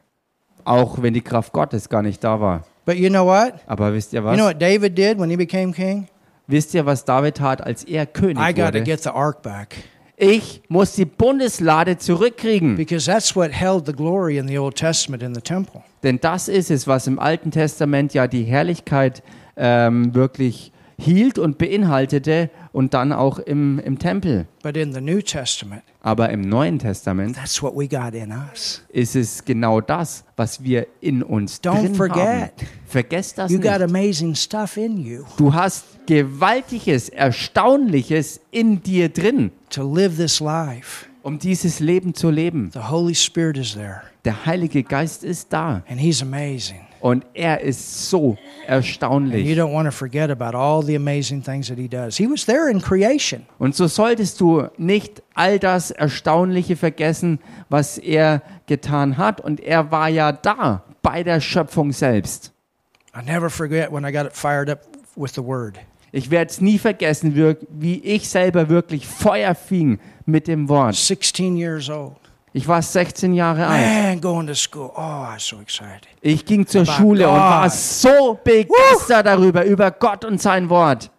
[SPEAKER 2] auch wenn die Kraft Gottes gar nicht da war.
[SPEAKER 1] But you know what?
[SPEAKER 2] Aber wisst ihr
[SPEAKER 1] You know
[SPEAKER 2] was?
[SPEAKER 1] what David did when he became king?
[SPEAKER 2] Wisst ihr, was David tat, als er König
[SPEAKER 1] I got to
[SPEAKER 2] wurde?
[SPEAKER 1] get the ark back
[SPEAKER 2] Ich muss die Bundeslade zurückkriegen,
[SPEAKER 1] because that's what held the glory in the Old Testament in the temple.
[SPEAKER 2] denn das ist es, was im Alten Testament ja die Herrlichkeit ähm, wirklich hielt und beinhaltete und dann auch im, im Tempel.
[SPEAKER 1] But in the New Testament,
[SPEAKER 2] Aber im Neuen Testament
[SPEAKER 1] That's what we got in us.
[SPEAKER 2] ist es genau das, was wir in uns
[SPEAKER 1] Don't
[SPEAKER 2] drin haben.
[SPEAKER 1] forget.
[SPEAKER 2] Vergesst das
[SPEAKER 1] You
[SPEAKER 2] nicht.
[SPEAKER 1] got amazing stuff in you
[SPEAKER 2] Du hast Gewaltiges, Erstaunliches in dir drin,
[SPEAKER 1] to live this life.
[SPEAKER 2] um dieses Leben zu leben.
[SPEAKER 1] The Holy Spirit is there,
[SPEAKER 2] Der Heilige Geist ist da
[SPEAKER 1] and He's amazing.
[SPEAKER 2] und er ist so
[SPEAKER 1] You
[SPEAKER 2] erstaunlich.
[SPEAKER 1] don't want to forget about all the amazing things that He does. He was there in creation.
[SPEAKER 2] Und so solltest du nicht all das Erstaunliche vergessen, was er getan hat. Und er war ja da bei der Schöpfung selbst.
[SPEAKER 1] I never forget when I got it fired up with the Word.
[SPEAKER 2] Ich werde es nie vergessen, wir- wie ich selber wirklich Feuer fing mit dem Wort.
[SPEAKER 1] 16 years old.
[SPEAKER 2] Ich war 16 Jahre alt.
[SPEAKER 1] Man, going to school. Oh, I was so excited.
[SPEAKER 2] Ich ging zur
[SPEAKER 1] About
[SPEAKER 2] Schule und
[SPEAKER 1] God.
[SPEAKER 2] war so begeistert darüber, über Gott und sein Wort.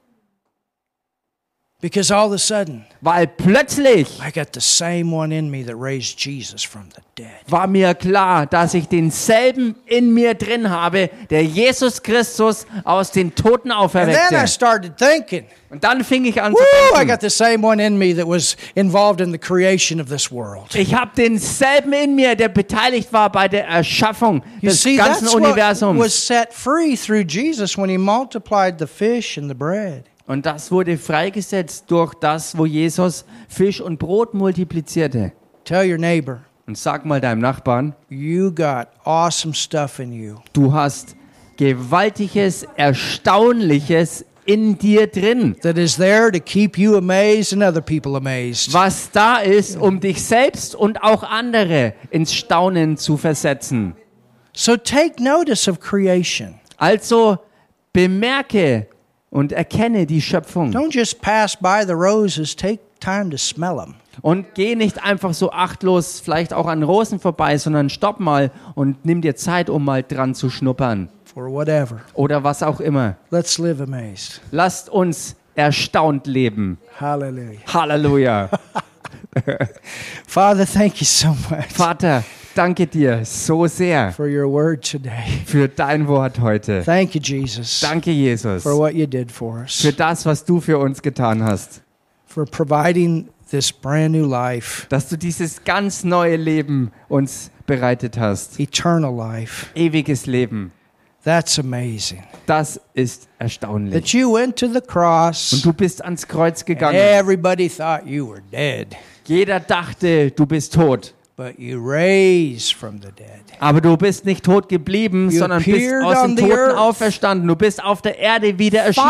[SPEAKER 1] Because all of a sudden,
[SPEAKER 2] Weil plötzlich
[SPEAKER 1] I got the same one in me that raised Jesus from the dead.
[SPEAKER 2] war mir klar, dass ich denselben in mir drin habe, der Jesus Christus aus den
[SPEAKER 1] And then
[SPEAKER 2] Toten
[SPEAKER 1] I
[SPEAKER 2] auferweckte.
[SPEAKER 1] started thinking,
[SPEAKER 2] Und dann fing ich an zu
[SPEAKER 1] woo, I
[SPEAKER 2] denken.
[SPEAKER 1] got the same one in me that was involved in the creation of this world.
[SPEAKER 2] Ich habe denselben in mir, der beteiligt war bei der Erschaffung
[SPEAKER 1] You
[SPEAKER 2] des
[SPEAKER 1] see,
[SPEAKER 2] ganzen
[SPEAKER 1] that's what was
[SPEAKER 2] Universums.
[SPEAKER 1] set free through Jesus when he multiplied the fish and the bread.
[SPEAKER 2] Und das wurde freigesetzt durch das, wo Jesus Fisch und Brot multiplizierte.
[SPEAKER 1] Tell your neighbor,
[SPEAKER 2] Und sag mal deinem Nachbarn,
[SPEAKER 1] you got awesome stuff in you.
[SPEAKER 2] du hast gewaltiges, erstaunliches in dir drin,
[SPEAKER 1] that is there to keep you amazed and other people amazed.
[SPEAKER 2] was da ist, um dich selbst und auch andere ins Staunen zu versetzen.
[SPEAKER 1] So take notice of creation.
[SPEAKER 2] Also bemerke und erkenne die Schöpfung.
[SPEAKER 1] Don't just pass by the roses, take time to smell them.
[SPEAKER 2] Und geh nicht einfach so achtlos vielleicht auch an Rosen vorbei, sondern stopp mal und nimm dir Zeit, um mal dran zu schnuppern.
[SPEAKER 1] For whatever.
[SPEAKER 2] Oder was auch immer.
[SPEAKER 1] Let's live amazed.
[SPEAKER 2] Lasst uns erstaunt leben.
[SPEAKER 1] Hallelujah.
[SPEAKER 2] Halleluja.
[SPEAKER 1] Father, thank you so much
[SPEAKER 2] Vater, danke dir so sehr
[SPEAKER 1] for your word today.
[SPEAKER 2] für dein Wort heute.
[SPEAKER 1] Thank you, Jesus,
[SPEAKER 2] Danke, Jesus,
[SPEAKER 1] for what you did for us,
[SPEAKER 2] für das, was du für uns getan hast.
[SPEAKER 1] for providing this brand new life,
[SPEAKER 2] Dass du dieses ganz neue Leben uns bereitet hast.
[SPEAKER 1] eternal life.
[SPEAKER 2] Ewiges Leben.
[SPEAKER 1] That's amazing.
[SPEAKER 2] Das ist erstaunlich.
[SPEAKER 1] That you went to the
[SPEAKER 2] Und
[SPEAKER 1] cross,
[SPEAKER 2] du bist ans Kreuz
[SPEAKER 1] and
[SPEAKER 2] gegangen.
[SPEAKER 1] everybody thought you were dead.
[SPEAKER 2] Jeder dachte, du bist tot.
[SPEAKER 1] But you raise from the dead.
[SPEAKER 2] Aber du bist nicht tot geblieben,
[SPEAKER 1] You
[SPEAKER 2] sondern bist
[SPEAKER 1] appeared
[SPEAKER 2] aus
[SPEAKER 1] on
[SPEAKER 2] den
[SPEAKER 1] the
[SPEAKER 2] Toten
[SPEAKER 1] earth.
[SPEAKER 2] auferstanden. Du bist auf der Erde wieder erschienen.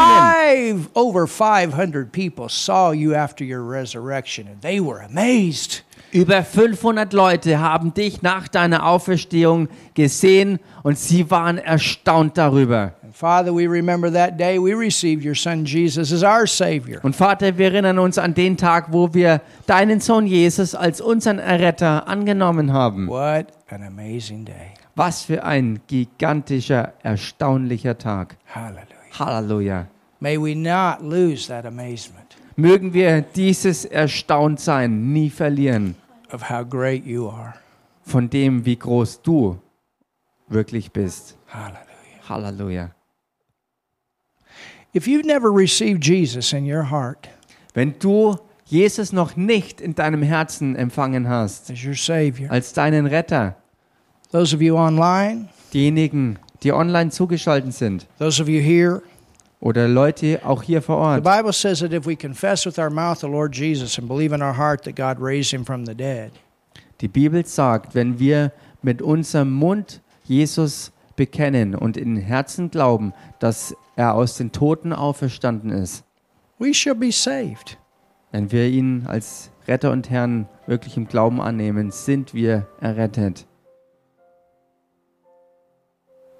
[SPEAKER 1] Five over five hundred people saw you after your resurrection, and they were amazed.
[SPEAKER 2] Über 500 Leute haben dich nach deiner Auferstehung gesehen und sie waren erstaunt darüber.
[SPEAKER 1] And Father, we remember that day we received your Son Jesus as our Savior.
[SPEAKER 2] Und Vater, wir erinnern uns an den Tag, wo wir deinen Sohn Jesus als unseren Erretter angenommen haben.
[SPEAKER 1] What an amazing day!
[SPEAKER 2] Was für ein gigantischer, erstaunlicher Tag.
[SPEAKER 1] Hallelujah.
[SPEAKER 2] Halleluja.
[SPEAKER 1] May we not lose that amazement
[SPEAKER 2] Mögen wir dieses Erstauntsein nie verlieren.
[SPEAKER 1] of how great you are.
[SPEAKER 2] von dem, wie groß du wirklich bist.
[SPEAKER 1] Hallelujah.
[SPEAKER 2] Halleluja.
[SPEAKER 1] If you've never received Jesus in your heart
[SPEAKER 2] Wenn du Jesus noch nicht in deinem Herzen empfangen hast,
[SPEAKER 1] as your Savior,
[SPEAKER 2] als deinen Retter,
[SPEAKER 1] those of you online,
[SPEAKER 2] diejenigen, die online zugeschaltet sind
[SPEAKER 1] those of you here,
[SPEAKER 2] oder Leute auch hier vor
[SPEAKER 1] The
[SPEAKER 2] Ort,
[SPEAKER 1] Bible says that if we confess with our mouth the Lord Jesus and believe in our heart that God raised him from the dead,
[SPEAKER 2] die Bibel sagt, wenn wir mit unserem Mund Jesus bekennen und in Herzen glauben, dass er aus den Toten auferstanden ist,
[SPEAKER 1] we shall be saved.
[SPEAKER 2] wenn wir ihn als Retter und Herrn wirklich im Glauben annehmen, sind wir errettet.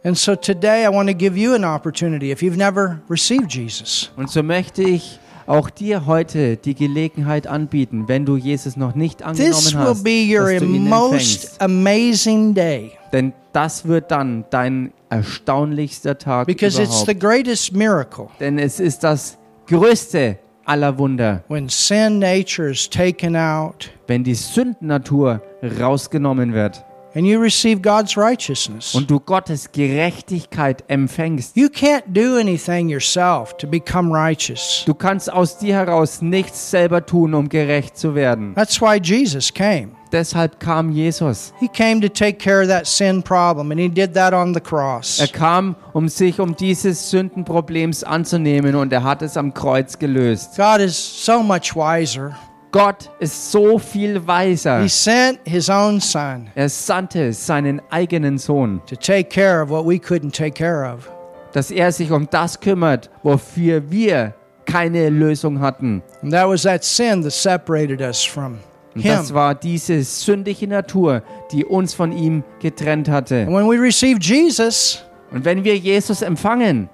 [SPEAKER 1] And so today I want to give you an opportunity if you've never received Jesus.
[SPEAKER 2] Und so möchte ich auch dir heute die Gelegenheit anbieten, wenn du Jesus noch nicht
[SPEAKER 1] This
[SPEAKER 2] angenommen
[SPEAKER 1] will
[SPEAKER 2] hast,
[SPEAKER 1] be your
[SPEAKER 2] dass du ihn
[SPEAKER 1] most
[SPEAKER 2] empfängst.
[SPEAKER 1] amazing day
[SPEAKER 2] Denn das wird dann dein erstaunlichster Tag
[SPEAKER 1] because it's the
[SPEAKER 2] überhaupt.
[SPEAKER 1] greatest miracle
[SPEAKER 2] Denn es ist das größte aller Wunder,
[SPEAKER 1] when sin nature is taken out
[SPEAKER 2] wenn die Sündnatur rausgenommen wird
[SPEAKER 1] and you receive God's righteousness.
[SPEAKER 2] und du Gottes Gerechtigkeit empfängst.
[SPEAKER 1] You can't do anything yourself to become righteous.
[SPEAKER 2] Du kannst aus dir heraus nichts selber tun, um gerecht zu werden.
[SPEAKER 1] That's why Jesus came.
[SPEAKER 2] Deshalb kam Jesus.
[SPEAKER 1] He came to take care of that sin problem, and he did that on the cross.
[SPEAKER 2] Er kam, um sich um dieses Sündenproblems anzunehmen und er hat es am Kreuz gelöst.
[SPEAKER 1] God is so much wiser.
[SPEAKER 2] Gott ist so viel weiser.
[SPEAKER 1] He sent his own son
[SPEAKER 2] Er sandte seinen eigenen Sohn,
[SPEAKER 1] to take care of what we couldn't take care of.
[SPEAKER 2] dass er sich um das kümmert, wofür wir keine Lösung hatten.
[SPEAKER 1] And that was that sin that separated us from
[SPEAKER 2] Und das
[SPEAKER 1] him.
[SPEAKER 2] war diese sündige Natur, die uns von ihm getrennt
[SPEAKER 1] And
[SPEAKER 2] hatte.
[SPEAKER 1] when we receive Jesus,
[SPEAKER 2] Und wenn wir Jesus empfangen,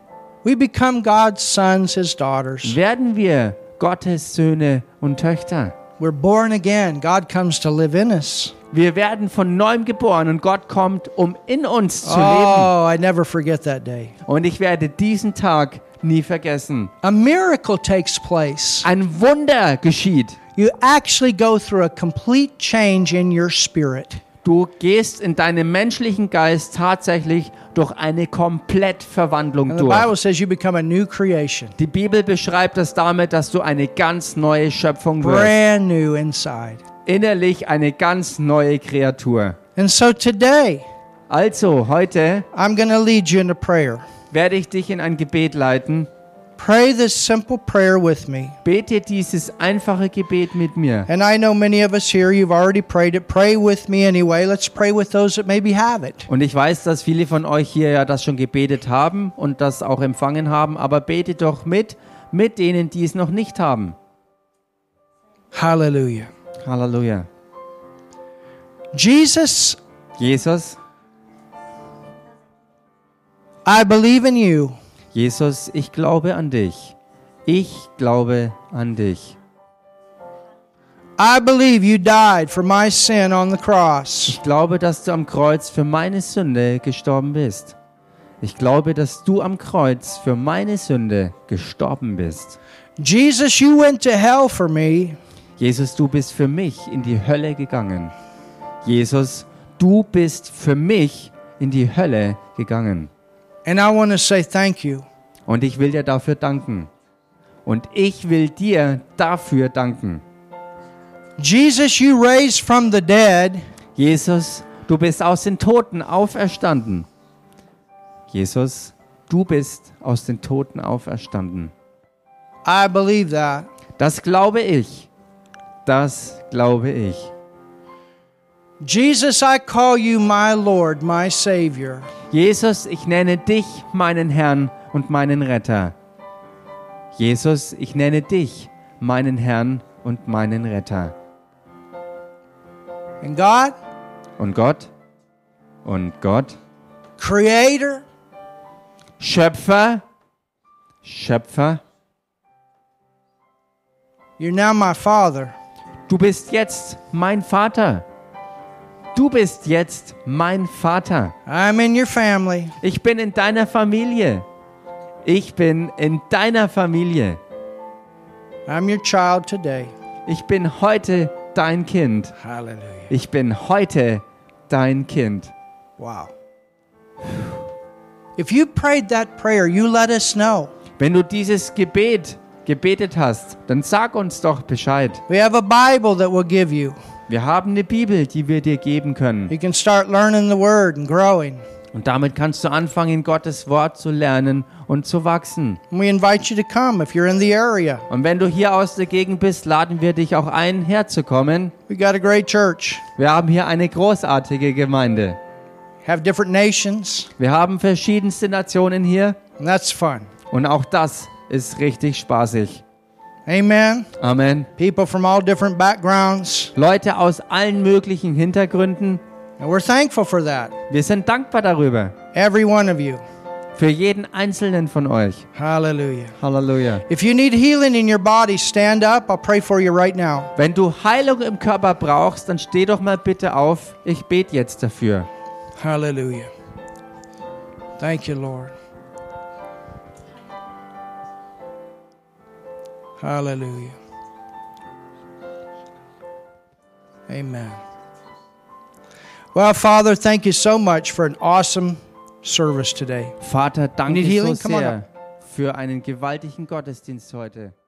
[SPEAKER 1] we become God's sons, his daughters.
[SPEAKER 2] werden wir Gottes Söhne und Töchter.
[SPEAKER 1] We're born again. God comes to live in us.
[SPEAKER 2] Wir werden von neuem geboren und Gott kommt, um in uns zu leben.
[SPEAKER 1] Oh, I never forget that day.
[SPEAKER 2] Und ich werde diesen Tag nie vergessen.
[SPEAKER 1] A miracle takes place.
[SPEAKER 2] Ein Wunder geschieht.
[SPEAKER 1] You actually go through a complete change in your spirit.
[SPEAKER 2] Du gehst in deinem menschlichen Geist tatsächlich durch eine Komplettverwandlung
[SPEAKER 1] And the
[SPEAKER 2] durch.
[SPEAKER 1] Also Bible says you become a new creation,
[SPEAKER 2] Die Bibel beschreibt das damit, dass du eine ganz neue Schöpfung wirst.
[SPEAKER 1] brand new inside.
[SPEAKER 2] Innerlich eine ganz neue Kreatur.
[SPEAKER 1] And so today,
[SPEAKER 2] Also, heute
[SPEAKER 1] I'm going to lead you into prayer.
[SPEAKER 2] werde ich dich in ein Gebet leiten.
[SPEAKER 1] Pray this simple prayer with me.
[SPEAKER 2] Bete dieses einfache Gebet mit mir.
[SPEAKER 1] And I know many of us here, you've already prayed it. Pray with me anyway. Let's pray with those that maybe have it.
[SPEAKER 2] Und ich weiß, dass viele von euch hier ja das schon gebetet haben und das auch empfangen haben, aber betet doch mit, mit denen, die es noch nicht haben.
[SPEAKER 1] Hallelujah.
[SPEAKER 2] Halleluja.
[SPEAKER 1] Jesus,
[SPEAKER 2] Jesus,
[SPEAKER 1] I believe in you.
[SPEAKER 2] Jesus, ich glaube an dich. Ich glaube an dich.
[SPEAKER 1] I believe you died for my sin on the cross.
[SPEAKER 2] Ich glaube, dass du am Kreuz für meine Sünde gestorben bist. Ich glaube, dass du am Kreuz für meine Sünde gestorben bist.
[SPEAKER 1] Jesus, you went to hell for me.
[SPEAKER 2] Jesus, du bist für mich in die Hölle gegangen. Jesus, du bist für mich in die Hölle gegangen.
[SPEAKER 1] And I want to say thank you.
[SPEAKER 2] Und ich will dir dafür danken. Und ich will dir dafür danken.
[SPEAKER 1] Jesus, you raised from the dead.
[SPEAKER 2] Jesus, du bist aus den Toten auferstanden. Jesus, du bist aus den Toten auferstanden.
[SPEAKER 1] I believe that.
[SPEAKER 2] Das glaube ich. Das glaube ich.
[SPEAKER 1] Jesus, I call you my Lord, my Savior.
[SPEAKER 2] Jesus, ich nenne dich meinen Herrn und meinen Retter. Jesus, ich nenne dich meinen Herrn und meinen Retter.
[SPEAKER 1] And God,
[SPEAKER 2] Und Gott, und Gott,
[SPEAKER 1] Creator,
[SPEAKER 2] Schöpfer, Schöpfer,
[SPEAKER 1] you're now my Father.
[SPEAKER 2] du bist jetzt mein Vater. Du bist jetzt mein Vater.
[SPEAKER 1] I'm in your family.
[SPEAKER 2] Ich bin in deiner Familie. Ich bin in deiner Familie.
[SPEAKER 1] I'm your child today.
[SPEAKER 2] Ich bin heute dein Kind.
[SPEAKER 1] Hallelujah.
[SPEAKER 2] Ich bin heute dein Kind.
[SPEAKER 1] Wow. If you prayed that prayer, you let us know.
[SPEAKER 2] Wenn du dieses Gebet gebetet hast, dann sag uns doch Bescheid.
[SPEAKER 1] We have a Bible that we'll give you.
[SPEAKER 2] Wir haben eine Bibel, die wir dir geben können.
[SPEAKER 1] You can start learning the Word and growing.
[SPEAKER 2] Und damit kannst du anfangen, Gottes Wort zu lernen und zu wachsen.
[SPEAKER 1] And we invite you to come if you're in the area.
[SPEAKER 2] Und wenn du hier aus der Gegend bist, laden wir dich auch ein, herzukommen.
[SPEAKER 1] We got a great church,
[SPEAKER 2] Wir haben hier eine großartige Gemeinde.
[SPEAKER 1] have different nations,
[SPEAKER 2] Wir haben verschiedenste Nationen hier
[SPEAKER 1] and that's fun.
[SPEAKER 2] und auch das ist richtig spaßig.
[SPEAKER 1] Amen.
[SPEAKER 2] Amen.
[SPEAKER 1] People from all different backgrounds,
[SPEAKER 2] Leute aus allen möglichen Hintergründen,
[SPEAKER 1] and we're thankful for that.
[SPEAKER 2] wir sind dankbar darüber.
[SPEAKER 1] Every one of you.
[SPEAKER 2] Für jeden einzelnen von euch.
[SPEAKER 1] Hallelujah.
[SPEAKER 2] Halleluja.
[SPEAKER 1] If you need healing in your body, stand up. I'll pray for you right now.
[SPEAKER 2] Wenn du Heilung im Körper brauchst, dann steh doch mal bitte auf. Ich bete jetzt dafür.
[SPEAKER 1] Hallelujah. Thank you, Lord. Hallelujah. Amen. Well, Father, thank you so much for an awesome service today.
[SPEAKER 2] Vater, danke
[SPEAKER 1] Need
[SPEAKER 2] so
[SPEAKER 1] healing? Come on
[SPEAKER 2] sehr für einen gewaltigen Gottesdienst heute.